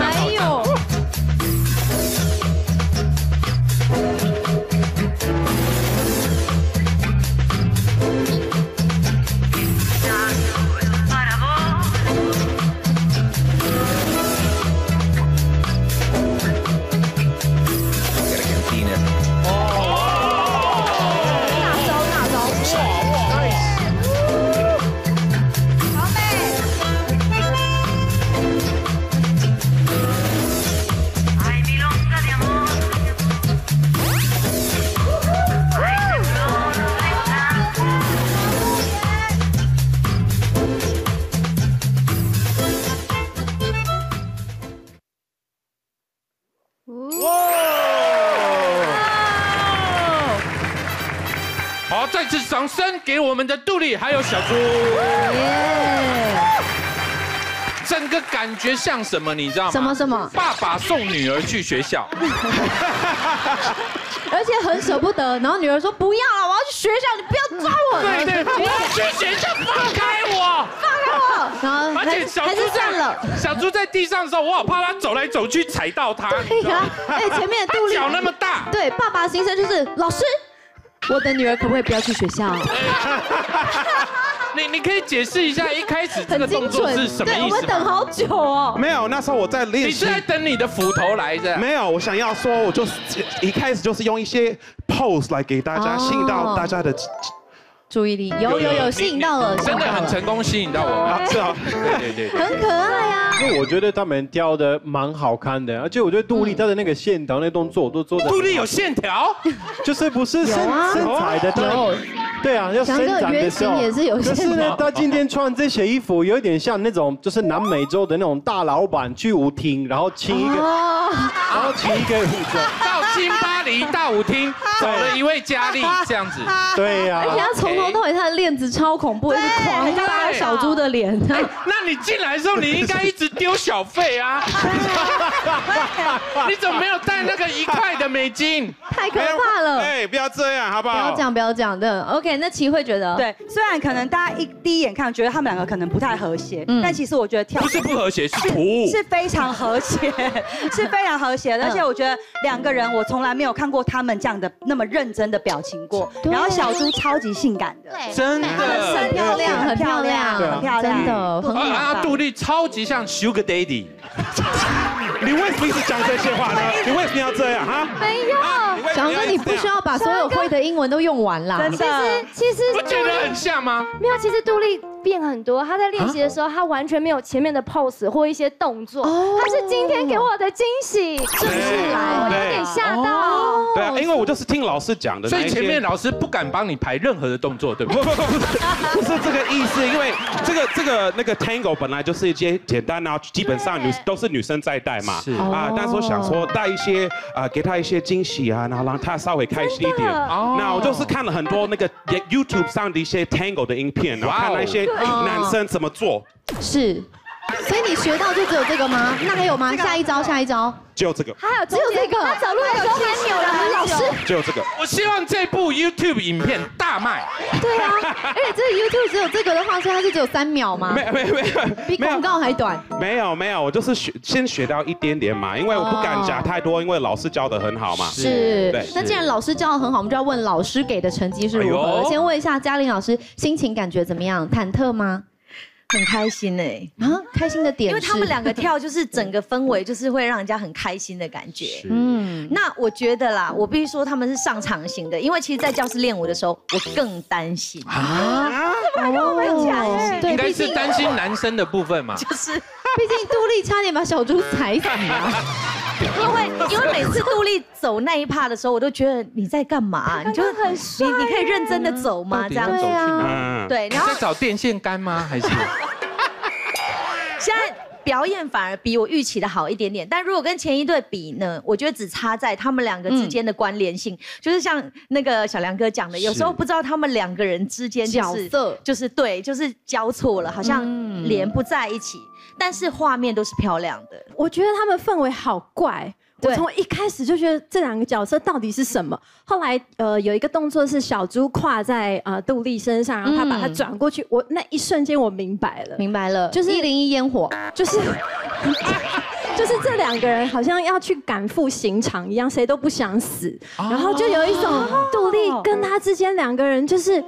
[SPEAKER 5] 还有
[SPEAKER 1] 好，再次掌声给我们的杜丽还有小猪。
[SPEAKER 18] 整个感觉像什么，你知道吗？
[SPEAKER 2] 什么什么
[SPEAKER 18] 爸爸送女儿去学校，
[SPEAKER 2] 而且很舍不得。然后女儿说：“不要了，我要去学校，你不要抓我。”
[SPEAKER 17] 对对我要去学校放开我
[SPEAKER 2] 放开我。然后
[SPEAKER 1] 而且小
[SPEAKER 2] 还
[SPEAKER 1] 猪
[SPEAKER 2] 是算了。
[SPEAKER 1] 在小猪在地上的时候，我好怕它走来走去踩到它。
[SPEAKER 2] 对呀，哎，前面的杜丽
[SPEAKER 1] 它脚那么大，
[SPEAKER 2] 对，爸爸心声就是老师，我的女儿可不可以不要去学校？
[SPEAKER 1] 你你可以解释一下一开始这个动作是什么
[SPEAKER 2] 对，我
[SPEAKER 1] 意
[SPEAKER 2] 们
[SPEAKER 1] 思
[SPEAKER 2] 等
[SPEAKER 1] 吗？
[SPEAKER 2] 好久哦。
[SPEAKER 8] 没有，那时候我在练习。
[SPEAKER 18] 你是在等你的斧头来着？
[SPEAKER 8] 没有，我想要说，我就是一开始就是用一些 pose 来给大家
[SPEAKER 2] 哦
[SPEAKER 8] 吸引到大家的。
[SPEAKER 2] 注意力，有有有，吸引到了，
[SPEAKER 18] 真的
[SPEAKER 2] 吸引到
[SPEAKER 18] 很
[SPEAKER 2] 了
[SPEAKER 18] 成功吸引到我们。
[SPEAKER 8] 是啊，
[SPEAKER 18] 对对对。
[SPEAKER 2] 很可爱啊。
[SPEAKER 12] 因为我觉得他们挑的蛮好看的，而且我觉得杜
[SPEAKER 2] 嗯
[SPEAKER 12] 丽她的那个线条那动作都做的。
[SPEAKER 1] 杜丽有线条，
[SPEAKER 12] 就是不是身
[SPEAKER 1] 有啊
[SPEAKER 12] 身材的
[SPEAKER 1] 有
[SPEAKER 12] 对，对啊，要伸展的时
[SPEAKER 2] 翔
[SPEAKER 12] 候
[SPEAKER 2] 哥原型也是有线
[SPEAKER 12] 可
[SPEAKER 2] 条
[SPEAKER 12] 是呢，他今天穿这些衣服有点像那种就是南美洲的那种大老板去舞厅，然后请一个，
[SPEAKER 2] 哦
[SPEAKER 12] 然后请一个舞者。
[SPEAKER 18] 到新巴黎大舞厅找了一位佳丽，这样子。
[SPEAKER 12] 对呀
[SPEAKER 2] 而且他从头到尾他的链子超恐怖，一直狂扒小猪的脸。
[SPEAKER 1] 那你进来的时候，你应该一直丢小费啊！你怎么没有带那个一块的美金？
[SPEAKER 2] 太可怕了！
[SPEAKER 8] 哎，不要这样，好不
[SPEAKER 2] 不
[SPEAKER 8] 好？
[SPEAKER 2] 要讲，不要讲的。OK，那齐慧觉得，
[SPEAKER 19] 哦对，虽然可能大家一第一眼看觉得他们两个可能不太和谐，
[SPEAKER 2] 嗯
[SPEAKER 19] 但其实我觉得跳
[SPEAKER 18] 不是不和谐是突兀
[SPEAKER 19] 是非常和谐， 是非常和谐的。而且我觉得两个人，我从来没有看过他们这样的那么认真的表情过。然后小猪超级性感的，
[SPEAKER 18] 真的
[SPEAKER 19] 很漂亮，很漂亮，很漂亮，
[SPEAKER 18] 啊啊！杜丽超级像 Sugar Daddy，
[SPEAKER 8] 你为什么一直讲这些话呢？你为什么要这样哈？
[SPEAKER 2] 没有翔哥，你不需要把所有会的英文都用完啦。
[SPEAKER 9] 其实其实
[SPEAKER 2] 不觉得很
[SPEAKER 1] 像吗？
[SPEAKER 9] 没有，其实杜丽变很多。她在练习的时候，她完全没有前面的 pose 或一些动作，
[SPEAKER 2] 哦
[SPEAKER 9] 她是今天给我的惊喜，是不是？我有点吓
[SPEAKER 2] 哦
[SPEAKER 9] 到。
[SPEAKER 1] 哦
[SPEAKER 8] 对啊，因为我就是听老师讲的那
[SPEAKER 18] 所
[SPEAKER 8] 一
[SPEAKER 18] 以
[SPEAKER 8] 些，
[SPEAKER 18] 前面老师不敢帮你排任何的动作，对不
[SPEAKER 8] 不
[SPEAKER 18] 对？
[SPEAKER 8] 不不不是不是这个意思，因为这个这个那个 tango 本来就是一些简单啊，基本上女都是女生在带嘛，
[SPEAKER 18] 是
[SPEAKER 8] 啊
[SPEAKER 18] 哦，
[SPEAKER 8] 但是我想说带一些啊，给她一些惊喜啊，然后让她稍微开心一点。
[SPEAKER 18] 哦
[SPEAKER 8] 那我就是看了很多那个 YouTube 上的一些 tango 的影片，然后看了一些
[SPEAKER 2] 哇哦
[SPEAKER 8] 男生怎么做，
[SPEAKER 2] 是，所以你学到就只有这个吗？那还有吗？下一招，下一招。
[SPEAKER 8] 就这个，
[SPEAKER 9] 还有
[SPEAKER 2] 只有这个，
[SPEAKER 9] 她走路的时候还扭了很久。
[SPEAKER 8] 就这个。
[SPEAKER 1] 我希望这部 YouTube 影片大卖。
[SPEAKER 2] 对啊，而且这个 YouTube 只有这个的话，所以它就只有三秒吗？
[SPEAKER 8] 没没没，
[SPEAKER 2] 比广告还短。
[SPEAKER 8] 没有没有，我就是学先学到一点点嘛，因为我不敢讲太多，因为老师教的很好嘛。
[SPEAKER 2] 是
[SPEAKER 8] 对。，
[SPEAKER 2] 那既然老师教的很好，我们就要问老师给的成绩是
[SPEAKER 8] 哎
[SPEAKER 2] 如何。
[SPEAKER 8] 呦
[SPEAKER 2] 先问一下嘉玲老师，心情感觉怎么样？忐忑吗？
[SPEAKER 4] 很开心哎
[SPEAKER 2] 啊，开心的点
[SPEAKER 4] 因为他们
[SPEAKER 2] 是
[SPEAKER 4] 两个跳就是整个氛围就是会让人家很开心的感觉。
[SPEAKER 2] 嗯，
[SPEAKER 4] 那我觉得啦，我必须说他们是上场型的，因为其实，在教室练舞的时候，我更担心啊，
[SPEAKER 2] 哦，对，
[SPEAKER 1] 应该
[SPEAKER 2] 毕
[SPEAKER 1] 是
[SPEAKER 2] 竟
[SPEAKER 1] 担心男生的部分嘛。
[SPEAKER 4] 就是，
[SPEAKER 2] 毕竟杜丽差点把小猪踩死啊。
[SPEAKER 4] 因为 因为每次杜丽走那一趴的时候，我都觉得你在干嘛、你就很你你可以认真的走吗？
[SPEAKER 1] 到
[SPEAKER 4] 这
[SPEAKER 1] 底要
[SPEAKER 4] 样
[SPEAKER 1] 走去哪？
[SPEAKER 4] 对，
[SPEAKER 1] 你
[SPEAKER 4] 然后
[SPEAKER 1] 在找电线杆吗？还是？
[SPEAKER 4] 现在表演反而比我预期的好一点点，但如果跟前一对比呢，我觉得只差在他们两个之间的关联性，就是像那个小梁哥讲的，有时候不知道他们两个人之间就是
[SPEAKER 2] 角色
[SPEAKER 4] 就是对，就是交错了，好像
[SPEAKER 3] 嗯
[SPEAKER 4] 连不在一起，但是画面都是漂亮的。
[SPEAKER 3] 我觉得他们氛围好怪。我
[SPEAKER 4] 对
[SPEAKER 3] 从一开始就觉得这两个角色到底是什么？后来呃有一个动作是小猪跨在呃杜丽身上，然后他把它
[SPEAKER 2] 嗯
[SPEAKER 3] 转过去，我那一瞬间我明白了，
[SPEAKER 2] 明白了，
[SPEAKER 3] 就是
[SPEAKER 2] 一零一烟火，
[SPEAKER 3] 就是。 就是这两个人好像要去赶赴刑场一样，谁都不想死，然后就有一种
[SPEAKER 2] 哦
[SPEAKER 3] 杜丽跟他之间两个人就是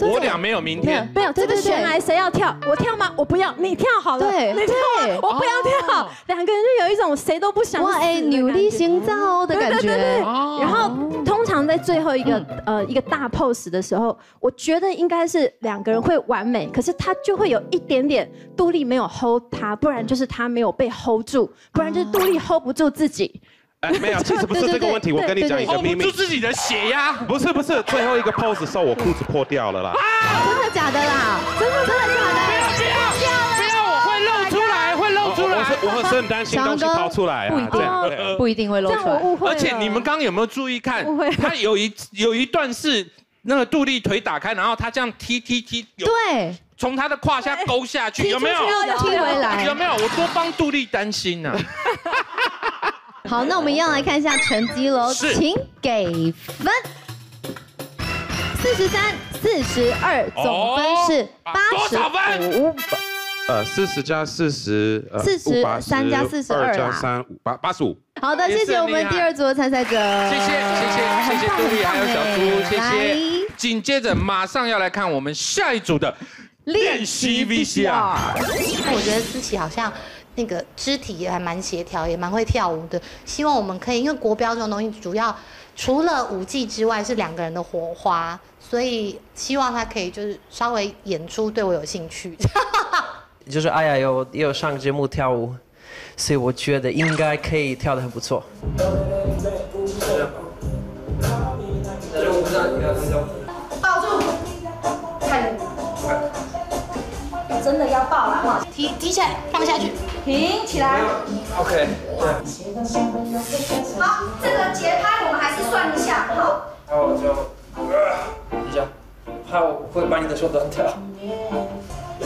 [SPEAKER 1] 我俩没有明天。
[SPEAKER 3] 没有这个
[SPEAKER 2] 对对对
[SPEAKER 3] 悬崖谁要跳？我跳吗？我不要，你跳好了，
[SPEAKER 2] 对
[SPEAKER 3] 你跳啊
[SPEAKER 2] 对，哦
[SPEAKER 3] 我不要跳，两个人就有一种谁都不想
[SPEAKER 2] 哇
[SPEAKER 3] 死
[SPEAKER 2] 哎
[SPEAKER 3] 的
[SPEAKER 2] 努力行造的
[SPEAKER 3] 对
[SPEAKER 2] 感
[SPEAKER 3] 对对对
[SPEAKER 2] 觉，
[SPEAKER 8] 哦
[SPEAKER 2] 嗯
[SPEAKER 3] 然后通常在最后一个呃一个大 pose 的时候，我觉得应该是两个人会完美，可是他就会有一点点杜丽没有 hold 他，不然就是他没有被 hold 住，不然就是杜丽 hold 不住自己。
[SPEAKER 8] 哎，没有，其实不是
[SPEAKER 3] 对对
[SPEAKER 8] 这个问题，
[SPEAKER 3] 对
[SPEAKER 8] 我跟你讲一个秘密。
[SPEAKER 1] 自己的血压。
[SPEAKER 8] 不是不是，最后一个 pose 的时候我裤子破掉了啦。
[SPEAKER 2] 啊真的假的啦？真的真的假的？
[SPEAKER 1] 不要不要，我会露出来，会露出来。
[SPEAKER 8] 哦我我是很担心东西跑出来
[SPEAKER 2] 不
[SPEAKER 8] 啊
[SPEAKER 2] 一，
[SPEAKER 8] 这样。
[SPEAKER 2] 定，不一定会露出来。
[SPEAKER 1] 而且你们刚刚有没有注意看
[SPEAKER 2] 误会了？
[SPEAKER 1] 他有一有一段是那个杜丽腿打开，然后他这样踢踢踢，有
[SPEAKER 2] 对，
[SPEAKER 1] 从他的胯下勾下去，
[SPEAKER 2] 踢
[SPEAKER 1] 有没有
[SPEAKER 2] 出去又？踢回来
[SPEAKER 1] 有没有？我多帮杜丽担心啊 呢。
[SPEAKER 2] 好，那我们一样来看一下成绩喽，
[SPEAKER 1] 是
[SPEAKER 2] 请给分。四十三、四十二，总分
[SPEAKER 1] 哦
[SPEAKER 2] 是八十五。
[SPEAKER 8] 呃，四十加四十，呃
[SPEAKER 2] 40
[SPEAKER 8] 580
[SPEAKER 2] 3加42啦
[SPEAKER 8] 2加三五八八十五。
[SPEAKER 2] 好的，
[SPEAKER 8] 也是
[SPEAKER 2] 谢谢我
[SPEAKER 8] 很
[SPEAKER 2] 们
[SPEAKER 8] 厉害
[SPEAKER 2] 第二组的参赛者，谢
[SPEAKER 1] 谢谢
[SPEAKER 2] 哎
[SPEAKER 1] 谢谢谢杜丽还有小猪，谢
[SPEAKER 2] 来
[SPEAKER 1] 谢。紧接着马上要来看我们下一组的练习 VCR。
[SPEAKER 6] 我觉得思琪好像那个肢体也还蛮协调，也蛮会跳舞的。希望我们可以，因为国标这种东西主要除了舞技之外是两个人的火花，所以希望他可以就是稍微演出对我有兴趣。
[SPEAKER 20] 就是哎阿雅有也有上节目跳舞，所以我觉得应该可以跳得很不错。
[SPEAKER 13] 抱住，看，真的要抱了哈，提提起来，放下去，挺起来。
[SPEAKER 20] OK，
[SPEAKER 13] 好，这个节拍我们还是算一下，好，
[SPEAKER 20] 那我就等一下，怕我会把你的手断掉。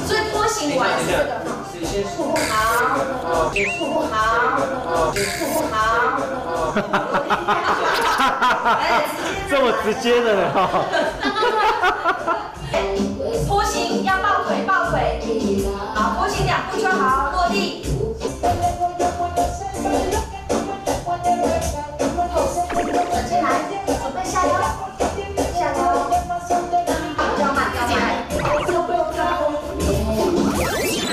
[SPEAKER 13] 所以拖行完是这个。好，好，好，
[SPEAKER 17] 这么直接的
[SPEAKER 12] 哦
[SPEAKER 17] 人哈。
[SPEAKER 1] 啊
[SPEAKER 13] 拖行要抱腿，抱腿，好，拖行两步就好，落地。转进来，准备下腰，下腰，比较慢，比较慢。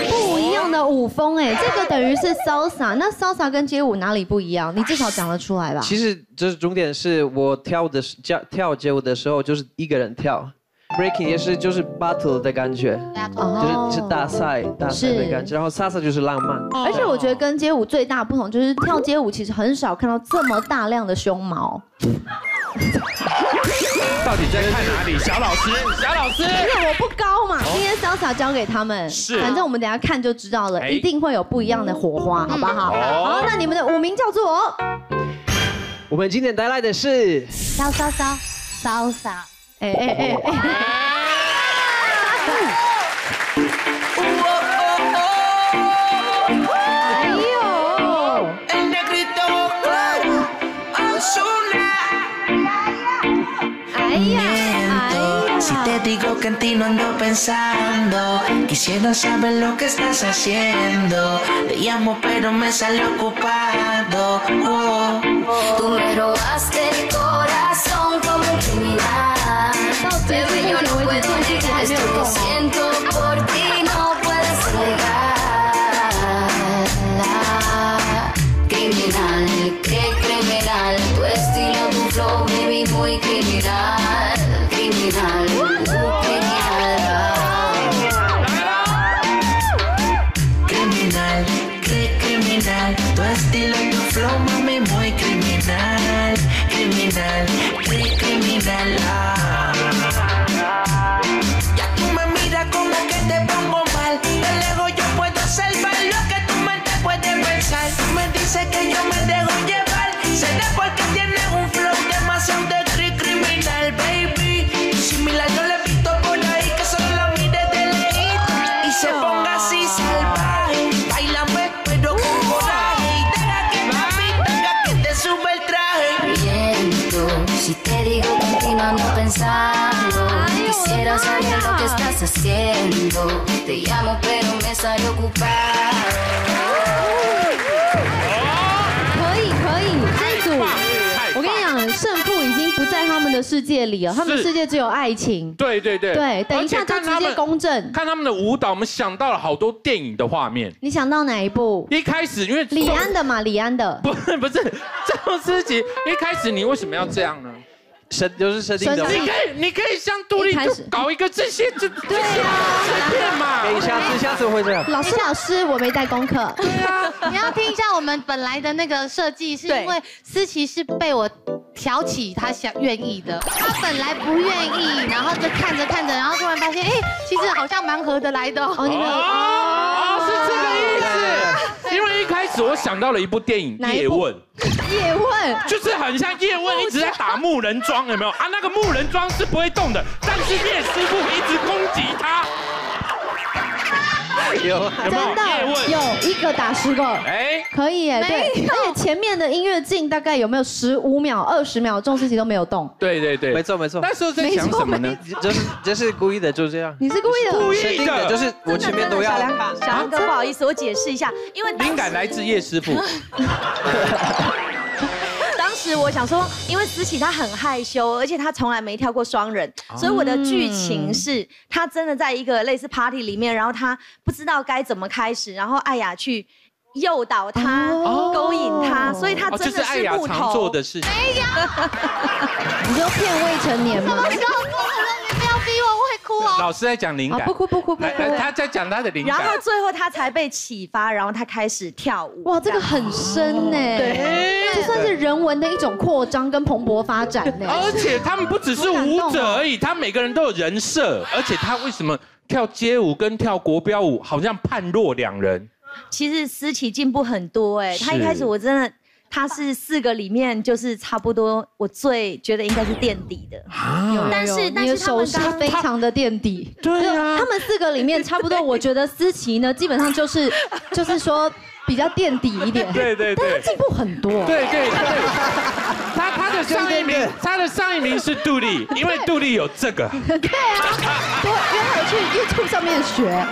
[SPEAKER 2] 不一样的舞风哎，这个等于是 salsa，那 salsa 跟街舞哪里不一样？你至少讲得出来吧？
[SPEAKER 20] 其实就是重点是我跳的时跳跳街舞的时候就是一个人跳，breaking 也是就是 battle 的感觉，
[SPEAKER 2] 哦
[SPEAKER 20] 就是是大赛大赛的感觉，然后 salsa 就是浪漫。
[SPEAKER 2] 而且我觉得跟街舞最大不同就是跳街舞其实很少看到这么大量的胸毛。
[SPEAKER 1] 到底在看哪里？小老师，小老师
[SPEAKER 2] 因。为我不高嘛，
[SPEAKER 1] 哦
[SPEAKER 2] 今天 salsa 交给他们，
[SPEAKER 1] 是
[SPEAKER 2] 反正我们等一下看就知道了，
[SPEAKER 1] 哎嗯
[SPEAKER 2] 一定会有不一样的火花，好不好？
[SPEAKER 20] 哦
[SPEAKER 2] 好，那你们的舞名叫做
[SPEAKER 20] 我们今天带来的是
[SPEAKER 2] 骚骚骚骚骚，哎哎哎哎，
[SPEAKER 17] 哎呦！El negrito vocal,
[SPEAKER 2] Ay,
[SPEAKER 17] Si te digo que en ti no ando pensando, quisiera saber lo que estás haciendo. Te llamo pero me sale ocupado. Oh.
[SPEAKER 21] Tú me robaste el corazón como un criminal. Bebé, yo no puedo negar esto que siento por ti, no puedo
[SPEAKER 13] genial,
[SPEAKER 17] Criminal, qué criminal. Tu estilo y tu flow, mami, muy criminal. Criminal, qué criminal. Ah. Ya tú me miras como que te pongo mal. De lejos yo puedo salvar lo que tu mente puede pensar. Tú me dices que yo me dejo llevar. Será porque tienes un flow demasiado de cri- criminal, baby. Y similar no le he visto por ahí que solo la mire de lejito y se ponga así salvaje. Bailame, pero con coraje. Y deja que papi tenga que te sube el traje.
[SPEAKER 13] Miento, si te digo continuando pensando Quisiera saber lo que estás haciendo Te llamo pero me sale ocupado
[SPEAKER 2] 可以可以，这一组我跟你讲，胜负已经不在他们的世界里了，他们的世界只有爱情。
[SPEAKER 1] 对对对
[SPEAKER 2] 对等一下就直接公正。
[SPEAKER 1] 看他们的舞蹈，我们想到了好多电影的画面。
[SPEAKER 2] 你想到哪一部？
[SPEAKER 1] 一开始因为
[SPEAKER 2] 李安的嘛，李安的。
[SPEAKER 1] 不 是不 是赵思琪，一开始你为什么要这样呢？
[SPEAKER 20] 设就是设定的
[SPEAKER 1] 你可以你可以像杜丽就搞一个这些这对啊随便嘛。
[SPEAKER 20] 等一哎下次下次会这样。
[SPEAKER 2] 老
[SPEAKER 6] 哎
[SPEAKER 2] 师老师，我没带功课。
[SPEAKER 6] 你要听一下我们本来的那个设计，是因为思琪是被我挑起她想愿意的，她本来不愿意，然后就看着看着，然后突然发现，哎，其实好像蛮合得来的哦。哦，你们
[SPEAKER 1] 哦，是这个意
[SPEAKER 2] 啊
[SPEAKER 1] 思。因为一开始我想到了一部电影《叶问》，
[SPEAKER 2] 叶问
[SPEAKER 1] 就是很像叶问一直在打木人桩，有没有啊？那个木人桩是不会动的，但是叶师傅一直攻击他。
[SPEAKER 20] 有
[SPEAKER 1] 有没有叶问？
[SPEAKER 2] 有一个打十个，
[SPEAKER 1] 哎，
[SPEAKER 2] 可以耶，对
[SPEAKER 1] 没，
[SPEAKER 2] 而且前面的音乐进大概有没有十五秒、二十秒，重视期都没有动。
[SPEAKER 1] 对对对，
[SPEAKER 20] 没错没错。
[SPEAKER 1] 那时候在想什么呢？
[SPEAKER 20] 就是就是故意的，就是这样。
[SPEAKER 2] 你是故意的，
[SPEAKER 20] 故意的，就是我前面都要啊
[SPEAKER 10] 小。梁哥，小梁哥，不好意思，我解释一下，因为当时
[SPEAKER 1] 灵感来自叶师傅。
[SPEAKER 2] 哦
[SPEAKER 10] 当时我想说，因为思琪她很害羞，而且她从来没跳过双人，
[SPEAKER 1] 啊
[SPEAKER 4] 哦
[SPEAKER 10] 所以我的剧情是她真的在一个类似 party 里面，然后她不知道该怎么开始，然后艾雅去诱导她、勾引她，所以她
[SPEAKER 1] 哦，
[SPEAKER 10] 真
[SPEAKER 1] 这是
[SPEAKER 10] 的
[SPEAKER 1] 艾
[SPEAKER 10] 是
[SPEAKER 1] 雅
[SPEAKER 10] 木
[SPEAKER 1] 常做
[SPEAKER 10] 头。
[SPEAKER 1] 的事 情。
[SPEAKER 2] 你就骗未成年吗？
[SPEAKER 6] 不要逼我，我会哭哦。
[SPEAKER 1] 老师在讲灵感，
[SPEAKER 10] 啊不哭
[SPEAKER 2] 不哭不哭
[SPEAKER 1] 来来他在讲他的灵
[SPEAKER 10] 然
[SPEAKER 1] 感。
[SPEAKER 10] 后最后她才被启发，然后她开始跳舞。
[SPEAKER 2] 哦哇，这个很深呢，
[SPEAKER 1] 哦
[SPEAKER 10] 对
[SPEAKER 2] 这算是人文的一种扩张跟蓬勃发展呢。
[SPEAKER 1] 而且他们不只是舞者而已，他每个人都有人设，而且他为什么跳街舞跟跳国标舞好像判若两人？
[SPEAKER 4] 其实思琪进步很多哎，
[SPEAKER 1] 是
[SPEAKER 4] 她一开始我真的，她是四个里面就是差不多我最觉得应该是垫底的，
[SPEAKER 2] 有
[SPEAKER 4] 但
[SPEAKER 2] 有有
[SPEAKER 4] 是但
[SPEAKER 2] 嗯哎你的
[SPEAKER 4] 是他
[SPEAKER 2] 手
[SPEAKER 4] 们
[SPEAKER 2] 势
[SPEAKER 4] 刚
[SPEAKER 2] 非常的垫底。对啊，他们四个里面差不多，我觉得思琪呢，基本上就是就是说比较垫底一点。
[SPEAKER 1] 对对对
[SPEAKER 2] 但她进步很多。
[SPEAKER 1] 对对对，他他的 上一名，他的上一名是杜丽，因为杜丽有这个。
[SPEAKER 2] 对啊，我原来去 YouTube 上面 学。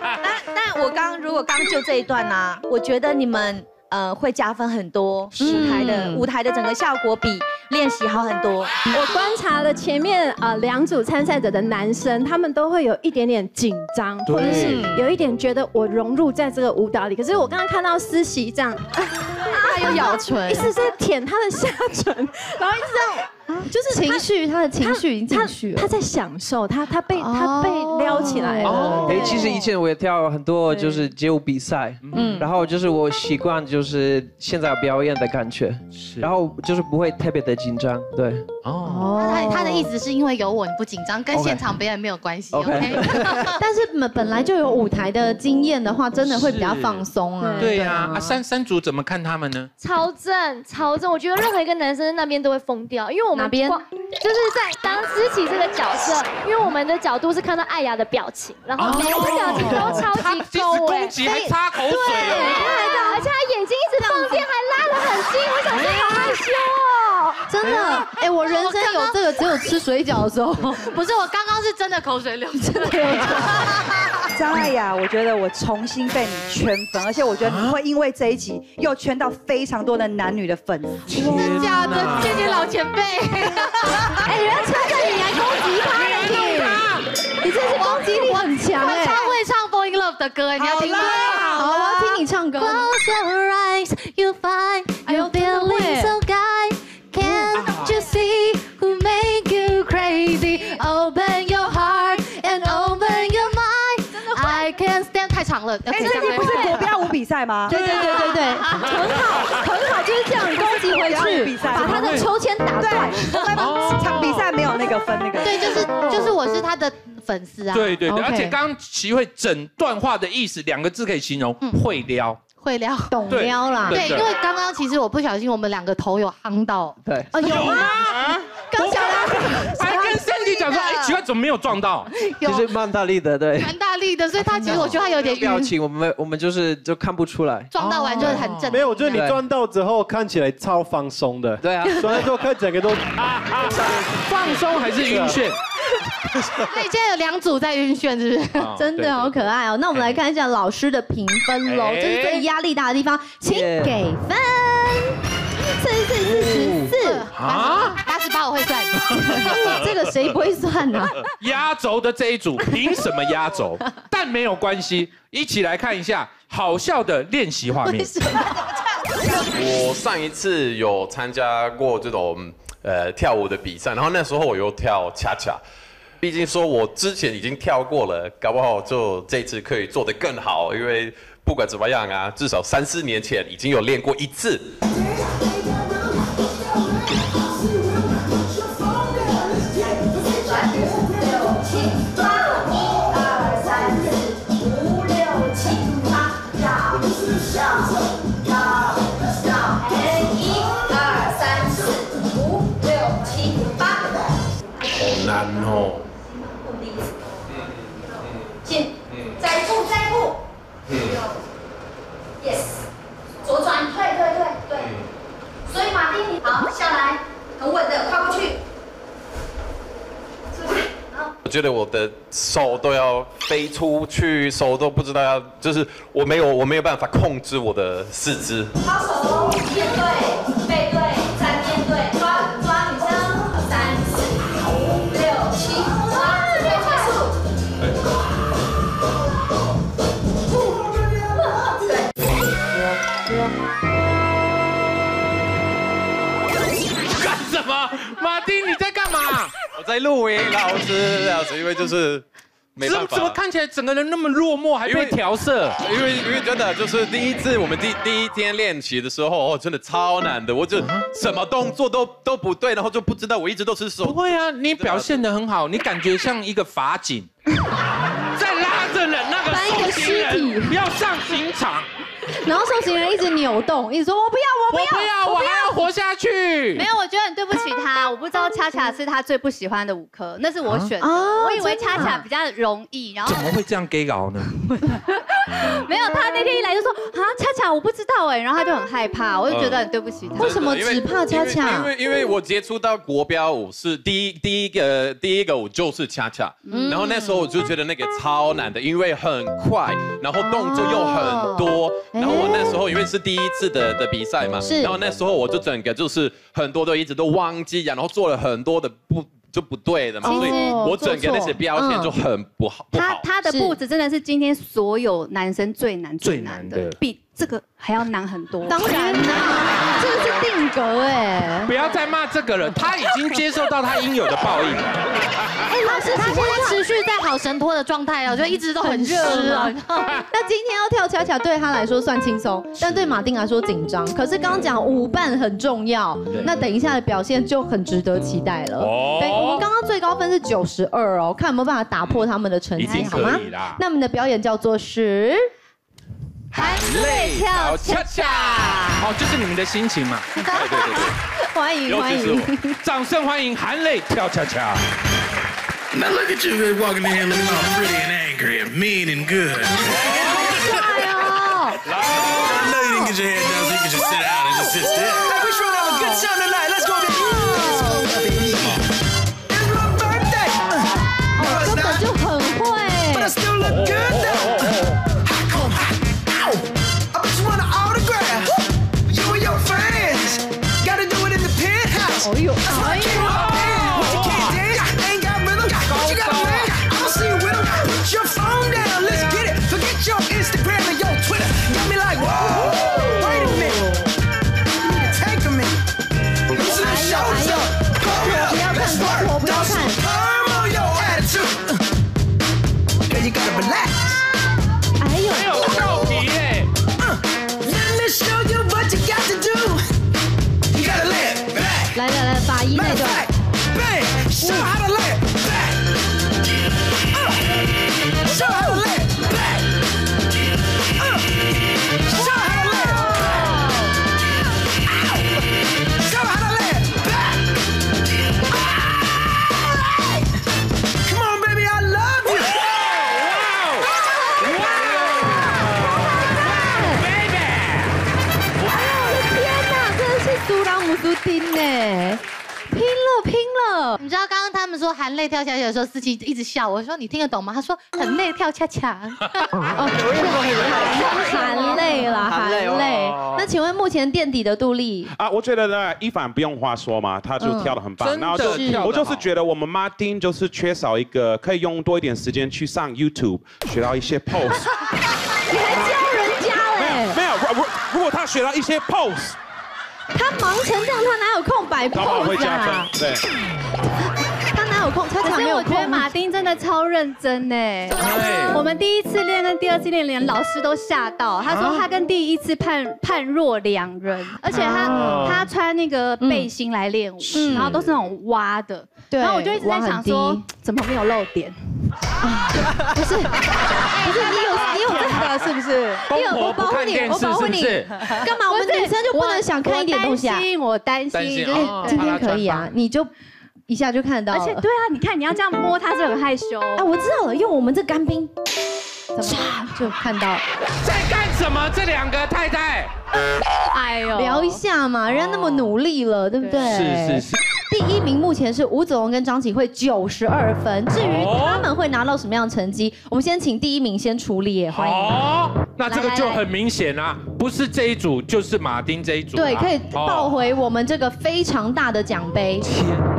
[SPEAKER 4] 但但我刚如果刚就这一段呢、我觉得你们呃会加分很多，舞台的
[SPEAKER 2] 嗯
[SPEAKER 4] 舞台的整个效果比练习好很多。
[SPEAKER 3] 我观察了前面呃两组参赛者的男生，他们都会有一点点紧张，
[SPEAKER 22] 对
[SPEAKER 3] 或者是有一点觉得我融入在这个舞蹈里。可是我刚刚看到思琪这样，他
[SPEAKER 2] 有咬唇
[SPEAKER 3] 一直在舔他的下唇，然后一直这样。就是
[SPEAKER 2] 啊情绪，他的情绪已经
[SPEAKER 3] 进去了，他在享受，他他被
[SPEAKER 2] 哦
[SPEAKER 3] 他被撩起来了。
[SPEAKER 20] 哎，其实以前我也跳很多就是街舞比赛，
[SPEAKER 3] 嗯
[SPEAKER 20] 嗯，然后就是我习惯就是现在表演的感觉，然后就是不会特别的紧张，对，哦，
[SPEAKER 6] 他他的意思是因为有我你不紧张，跟现场别人没有关系。
[SPEAKER 20] OK
[SPEAKER 6] OK，
[SPEAKER 2] 哎但是本本来就有舞台的经验的话，真的会比较放松啊。
[SPEAKER 1] 对呀，啊三三组怎么看他们呢？
[SPEAKER 9] 超正，超正！我觉得任何一个男生在那边都会疯掉，因为我们
[SPEAKER 2] 哪边
[SPEAKER 9] 光就是在当思琪这个角色，因为我们的角度是看到艾雅的表情，然
[SPEAKER 1] 哦
[SPEAKER 9] 后每一个表情都超级勾哎，
[SPEAKER 1] 击还擦口水
[SPEAKER 9] 对，而且他眼睛一直放电，还拉得很近，我
[SPEAKER 1] 哎
[SPEAKER 9] 想说好害羞哦，
[SPEAKER 2] 真的，哎，我人生有这个只有吃水饺的时候。
[SPEAKER 6] 不是我刚刚是真的口水流出 来。
[SPEAKER 10] 张艾雅，我觉得我重新被你圈粉，而且我觉得你会因为这一集又圈到非常多的男女的粉丝。真的
[SPEAKER 6] 假的？谢谢老前辈。
[SPEAKER 10] 哎，
[SPEAKER 2] 人家称赞你还攻击他嘞你这是攻击力很强哎
[SPEAKER 6] 我超会唱《Fall in Love》的歌，欸你要听吗？
[SPEAKER 2] 好，我要听你唱歌。
[SPEAKER 13] Close your eyes, you find
[SPEAKER 2] Ah
[SPEAKER 13] your feelings so guy. Can't you see who make you crazy?
[SPEAKER 10] 哎，最近
[SPEAKER 6] 了。
[SPEAKER 10] 不是国标舞比赛吗？
[SPEAKER 2] 对对对对 对，
[SPEAKER 10] 很好，很好，就是这样攻击回去，比赛
[SPEAKER 2] 把他的秋千打断。
[SPEAKER 10] 对，场比赛没有那个分那个。
[SPEAKER 6] 对，就是就是我是他的粉丝啊。
[SPEAKER 1] 对对对，而且刚刚齐慧整段话的意思，两个字可以形容，会撩。
[SPEAKER 6] 会撩，
[SPEAKER 2] 懂
[SPEAKER 1] 对
[SPEAKER 2] 撩啦。
[SPEAKER 1] 对
[SPEAKER 6] 对，因
[SPEAKER 1] 对
[SPEAKER 6] 为刚刚其实我不小心，我们两个头有夯到。
[SPEAKER 20] 对，
[SPEAKER 2] 啊有吗？刚讲
[SPEAKER 1] 还跟 Sandy 讲说，哎，
[SPEAKER 2] 啊
[SPEAKER 1] 奇怪，怎么没有 撞到？
[SPEAKER 6] 有
[SPEAKER 20] 就是曼大力的，
[SPEAKER 2] 哦
[SPEAKER 20] 对。
[SPEAKER 6] 蛮大力的，所以他其实我觉得他有点
[SPEAKER 20] 表
[SPEAKER 6] 晕，
[SPEAKER 20] 情我们我们就是就看不出来。
[SPEAKER 6] 撞到完就很正。
[SPEAKER 12] 没有，就是你撞到之后看起来超放松的。
[SPEAKER 20] 对啊
[SPEAKER 12] 撞到之后看整个都
[SPEAKER 6] 啊
[SPEAKER 1] 放 松还是晕眩？
[SPEAKER 6] 所以现在有两组在晕眩，是不 是？
[SPEAKER 2] 真的好可爱哦！那我们来看一下老师的评分喽，
[SPEAKER 6] 哎
[SPEAKER 2] 这是最压力大的地方，请给分。四十四、四十四，
[SPEAKER 6] 啊，八十八我会算，
[SPEAKER 2] 啊这个谁不会算呢？
[SPEAKER 1] 压轴的这一组凭什么压轴？但没有关系，一起来看一下好笑的练习画面。
[SPEAKER 7] 我上一次有参加过这种呃跳舞的比赛，然后那时候我又跳恰恰，毕竟说我之前已经跳过了，搞不好就这次可以做得更好，因为不管怎么样啊，至少三四年前已经有练过一次。
[SPEAKER 8] Oh,
[SPEAKER 23] 好难哦。
[SPEAKER 4] 进，再步再步，yes，左转退退退对，所以马丁你好下来，很稳的跨过去，
[SPEAKER 7] 我觉得我的手都要飞出去，手都不知道要，就是我没有我没有办法控制我的四肢。
[SPEAKER 4] 抛手面对背对再面对抓抓女生，三四五六七，抓最快速。
[SPEAKER 1] 干什么？马丁，你在干嘛？
[SPEAKER 7] 我在录音，老师，老师，因为就是没
[SPEAKER 1] 怎
[SPEAKER 7] 办
[SPEAKER 1] 么
[SPEAKER 7] 法。
[SPEAKER 1] 怎么看起来整个人那么落寞，还被调色？
[SPEAKER 7] 因为因为真的就是第一次我们第第一天练习的时候，哦，真的超难的，我就什么动作都都不对，然后就不知道我一直都是手。
[SPEAKER 1] 不会啊，你表现得很好，你感觉像一个法警，在拉着人那个受刑人要上刑场。
[SPEAKER 2] 然后受刑人一直扭动，一直说我不要，我不要，
[SPEAKER 1] 我不要，我还要活下去
[SPEAKER 5] 没有，我觉得很对不起他。我不知道恰恰是他最不喜欢的舞科，那是我选的。
[SPEAKER 1] 啊
[SPEAKER 5] 我以为
[SPEAKER 1] 真的
[SPEAKER 5] 恰
[SPEAKER 1] 啊
[SPEAKER 5] 恰比较容易，然后
[SPEAKER 1] 怎么会这样 gay 搞呢？
[SPEAKER 5] 没有他那天一来就说啊，恰恰我不知道哎，然后他就很害怕，我就觉得很对不起他。
[SPEAKER 7] 为什么只
[SPEAKER 2] 怕恰恰
[SPEAKER 7] 因为因为我接触到国标舞是第一第一个第一个舞就是恰恰，
[SPEAKER 1] 嗯
[SPEAKER 7] 然后那时候我就觉得那个超难的，因为很快，然后动作又很多，然后我那时候因为是第一次的的比赛嘛，
[SPEAKER 1] 是
[SPEAKER 7] 然后那时候我就整个就是很多都一直都忘记，然后做了很多的不就不对的嘛，
[SPEAKER 5] 其
[SPEAKER 7] 所
[SPEAKER 5] 实
[SPEAKER 7] 以我整个那
[SPEAKER 5] 做
[SPEAKER 7] 些
[SPEAKER 5] 错
[SPEAKER 7] 标签
[SPEAKER 5] 嗯
[SPEAKER 7] 就很不好。
[SPEAKER 5] 他他的步子真的是今天所有男生最难最难的，比这个还要难很多。
[SPEAKER 2] 当然啦，这个是定格哎。
[SPEAKER 5] 欸
[SPEAKER 1] 不要再骂这个了，他已经接受到他应有的报应。
[SPEAKER 2] 哎，老师，
[SPEAKER 6] 他现在持续在好神脱的状态哦，就一直都很湿哦。
[SPEAKER 1] 啊
[SPEAKER 6] 你知道吗
[SPEAKER 2] 那今天要跳恰恰对他来说算轻松，但对马丁来说紧张。可是刚刚讲舞伴很重要，那等一下的表现就很值得期待了。
[SPEAKER 1] 哦
[SPEAKER 2] 对，我们刚刚最高分是九十二哦，看有没有办法打破他们的成
[SPEAKER 1] 已
[SPEAKER 2] 绩，
[SPEAKER 1] 经
[SPEAKER 2] 好吗
[SPEAKER 1] 可以啦？
[SPEAKER 2] 那我们的表演叫做是。
[SPEAKER 1] 含泪跳恰恰，哦，就是你们的心情嘛。对对对对。
[SPEAKER 2] 欢迎欢迎，
[SPEAKER 1] 我，掌声欢迎含泪跳恰恰。
[SPEAKER 8] Now look at you they're walking in here looking all pretty and angry and mean and good. I know you didn't get your head down, so you can just sit out and just sit still. We sure have a good time tonight. Let's go to
[SPEAKER 2] 根本就很会。
[SPEAKER 13] I bet you want an autograph. You and your friends. Gotta do it in the penthouse. That's why I came with my band. But you can't dance. Ain't got rhythm. But you gotta win. I'll see you with 'em. Put your phone down. Let's get it. Forget your Instagram and your Twitter. Got me like, whoa. Wait a minute. You need to take a minute. Listen to the show. Uh,
[SPEAKER 2] 啊
[SPEAKER 6] 说含泪跳恰恰的时候，司机一直笑。我说你听得懂吗？他说很累跳恰恰。
[SPEAKER 2] 含泪啦，含
[SPEAKER 8] 含泪哦
[SPEAKER 2] 泪。那请问目前垫底的杜丽，
[SPEAKER 8] 啊，我觉得呢，一凡不用话说嘛，他就跳的很棒。
[SPEAKER 2] 嗯
[SPEAKER 8] 然后就
[SPEAKER 2] 真的是
[SPEAKER 8] 我就是觉得我们 Martin 就是缺少一个可以用多一点时间去上 YouTube 学到一些
[SPEAKER 1] 哦
[SPEAKER 8] pose。
[SPEAKER 2] 你还教人家嘞？
[SPEAKER 8] 没有，如如如果他学到一些 pose，
[SPEAKER 2] 他忙成这样，他哪有空摆
[SPEAKER 8] 当然会
[SPEAKER 2] pose
[SPEAKER 8] 加分
[SPEAKER 2] 啊？。
[SPEAKER 8] 对，
[SPEAKER 2] 他哪有空？他
[SPEAKER 5] 可
[SPEAKER 2] 才没
[SPEAKER 5] 是
[SPEAKER 2] 有
[SPEAKER 5] 我
[SPEAKER 2] 空
[SPEAKER 5] 觉得马丁真的超认真哎，我们第一次练跟第二次练，连老师都吓到。他说他跟第一次判判若两人，而且他
[SPEAKER 2] 啊
[SPEAKER 5] 他穿那个背心来练舞，然后都是那种挖的，
[SPEAKER 2] 对
[SPEAKER 5] 然后我就一直在想
[SPEAKER 2] 挖
[SPEAKER 5] 说
[SPEAKER 2] 很低
[SPEAKER 5] 怎么没有露点。
[SPEAKER 2] 不是，不是你 有你有这个是不是？
[SPEAKER 5] 公
[SPEAKER 2] 你有
[SPEAKER 5] 婆
[SPEAKER 2] 我保
[SPEAKER 5] 不
[SPEAKER 2] 护
[SPEAKER 5] 看
[SPEAKER 2] 你
[SPEAKER 5] 电，视
[SPEAKER 2] 我保护
[SPEAKER 5] 是不
[SPEAKER 2] 你
[SPEAKER 5] 是，
[SPEAKER 2] 干嘛？我们
[SPEAKER 5] 不是
[SPEAKER 2] 女生就不能
[SPEAKER 5] 我
[SPEAKER 2] 想看一点东西啊
[SPEAKER 5] 我担心？我担
[SPEAKER 2] 担心
[SPEAKER 5] 心，就是
[SPEAKER 2] 哦今天可以啊，你就一下就看到
[SPEAKER 5] 而
[SPEAKER 2] 了。
[SPEAKER 5] 且对啊，你看你要这样摸他是很害羞。
[SPEAKER 2] 啊，我知道了，用我们这干冰，怎
[SPEAKER 5] 啊
[SPEAKER 2] 么就看到？
[SPEAKER 18] 在干什么？这两个太太，
[SPEAKER 5] 哎
[SPEAKER 1] 哦
[SPEAKER 5] 呦
[SPEAKER 2] 聊一下嘛，人家那么努力了，对不对？
[SPEAKER 18] 是是是。
[SPEAKER 2] 第一名目前是吴子龙跟张启慧九十二分，至于他们会拿到什么样的成绩，我们先请第一名先出列，欢迎。
[SPEAKER 18] 哦，那这个就很明显啦、不是这一组就是马丁这一
[SPEAKER 1] 啊
[SPEAKER 18] 组、啊
[SPEAKER 2] 对，可以抱
[SPEAKER 18] 哦。
[SPEAKER 2] 回我们这个非常大的奖杯。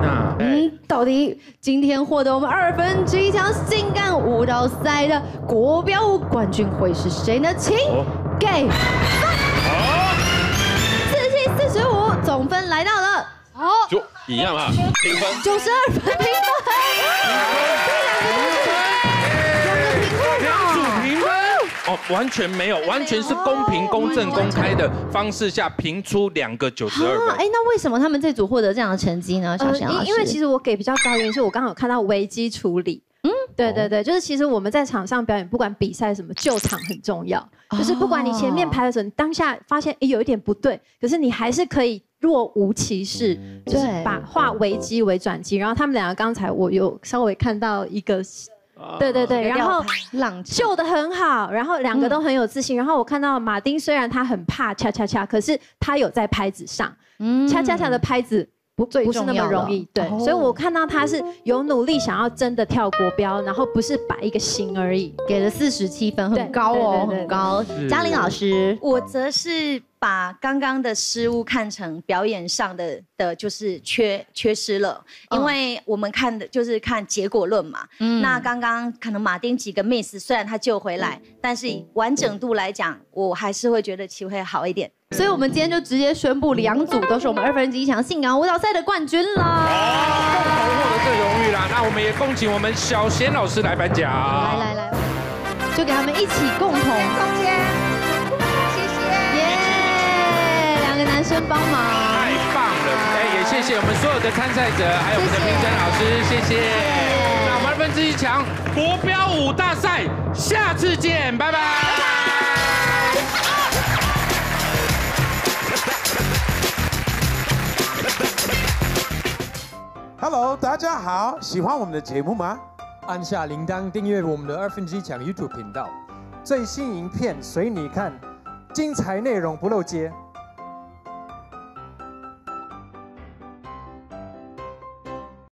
[SPEAKER 18] 那
[SPEAKER 2] 嗯，到底今天获得我们二分之一强性感舞蹈赛的国标舞冠军会是谁呢？请给四七四十五，总分来到了哦
[SPEAKER 7] 就一样啊，平分。
[SPEAKER 2] 九十二分评
[SPEAKER 18] 哎评分
[SPEAKER 2] 啊
[SPEAKER 18] 哦，完全没有，完全是公平、公正、公开的方式下评出两个九十二
[SPEAKER 2] 分。
[SPEAKER 18] 分
[SPEAKER 2] 啊，。哎，那为什么他们这组获得这样的成绩呢？小
[SPEAKER 3] 呃，
[SPEAKER 2] 翔老师
[SPEAKER 3] 因因为其实我给比较高的原因是我刚好有看到危机处理。嗯，对对对，就是其实我们在场上表演，不管比赛什么，救场很重要。
[SPEAKER 2] 哦
[SPEAKER 3] 就是不管你前面拍的时候，你当下发现诶有一点不对，可是你还是可以若无其事，
[SPEAKER 18] 嗯
[SPEAKER 3] 就是
[SPEAKER 2] 对
[SPEAKER 3] 把化危机为转机。然后他们两个刚才我有稍微看到一个，
[SPEAKER 18] 啊
[SPEAKER 3] 对对对，然后
[SPEAKER 2] 朗
[SPEAKER 3] 救的很好，然后两个都很有自信。然后我看到马丁虽然他很怕恰恰恰，可是他有在拍子上，恰恰恰的拍子不
[SPEAKER 2] 嗯最
[SPEAKER 3] 不是那
[SPEAKER 2] 重要
[SPEAKER 3] 么
[SPEAKER 2] 的
[SPEAKER 3] 容易，对，
[SPEAKER 2] 哦
[SPEAKER 3] 所以我看到他是有努力想要真的跳国标，然后不是摆一个形而已，
[SPEAKER 2] 给了四十七分，很高哦，很高。嘉玲老师，
[SPEAKER 4] 我则是把刚刚的失误看成表演上的的，就是缺缺失了，因为我们看的就是看结果论嘛。
[SPEAKER 2] 哦嗯
[SPEAKER 4] 那刚刚可能马丁几个 miss，虽然他救回来，
[SPEAKER 2] 嗯
[SPEAKER 4] 但是以完整度来讲，我还是会觉得齐慧好一点。
[SPEAKER 2] 所以我们今天就直接宣布，两组都是我们二分之一强性感舞蹈赛的冠军啦！
[SPEAKER 18] 获得这荣誉啦。那我们也恭请我们小贤老师来颁奖。来
[SPEAKER 2] 来来，就给他们一起共同，中间，谢谢，耶，两个男生帮忙，
[SPEAKER 18] 太棒了！哎，也谢谢我们所有的参赛者，还有我们的评审老师，谢谢。那我们二分之一强国标舞大赛，下次见，拜拜。
[SPEAKER 11] Hello，大家好，喜欢我们的节目吗？按下铃铛订阅我们的二分之一抢 YouTube 频道，最新影片随你看，精彩内容不漏接，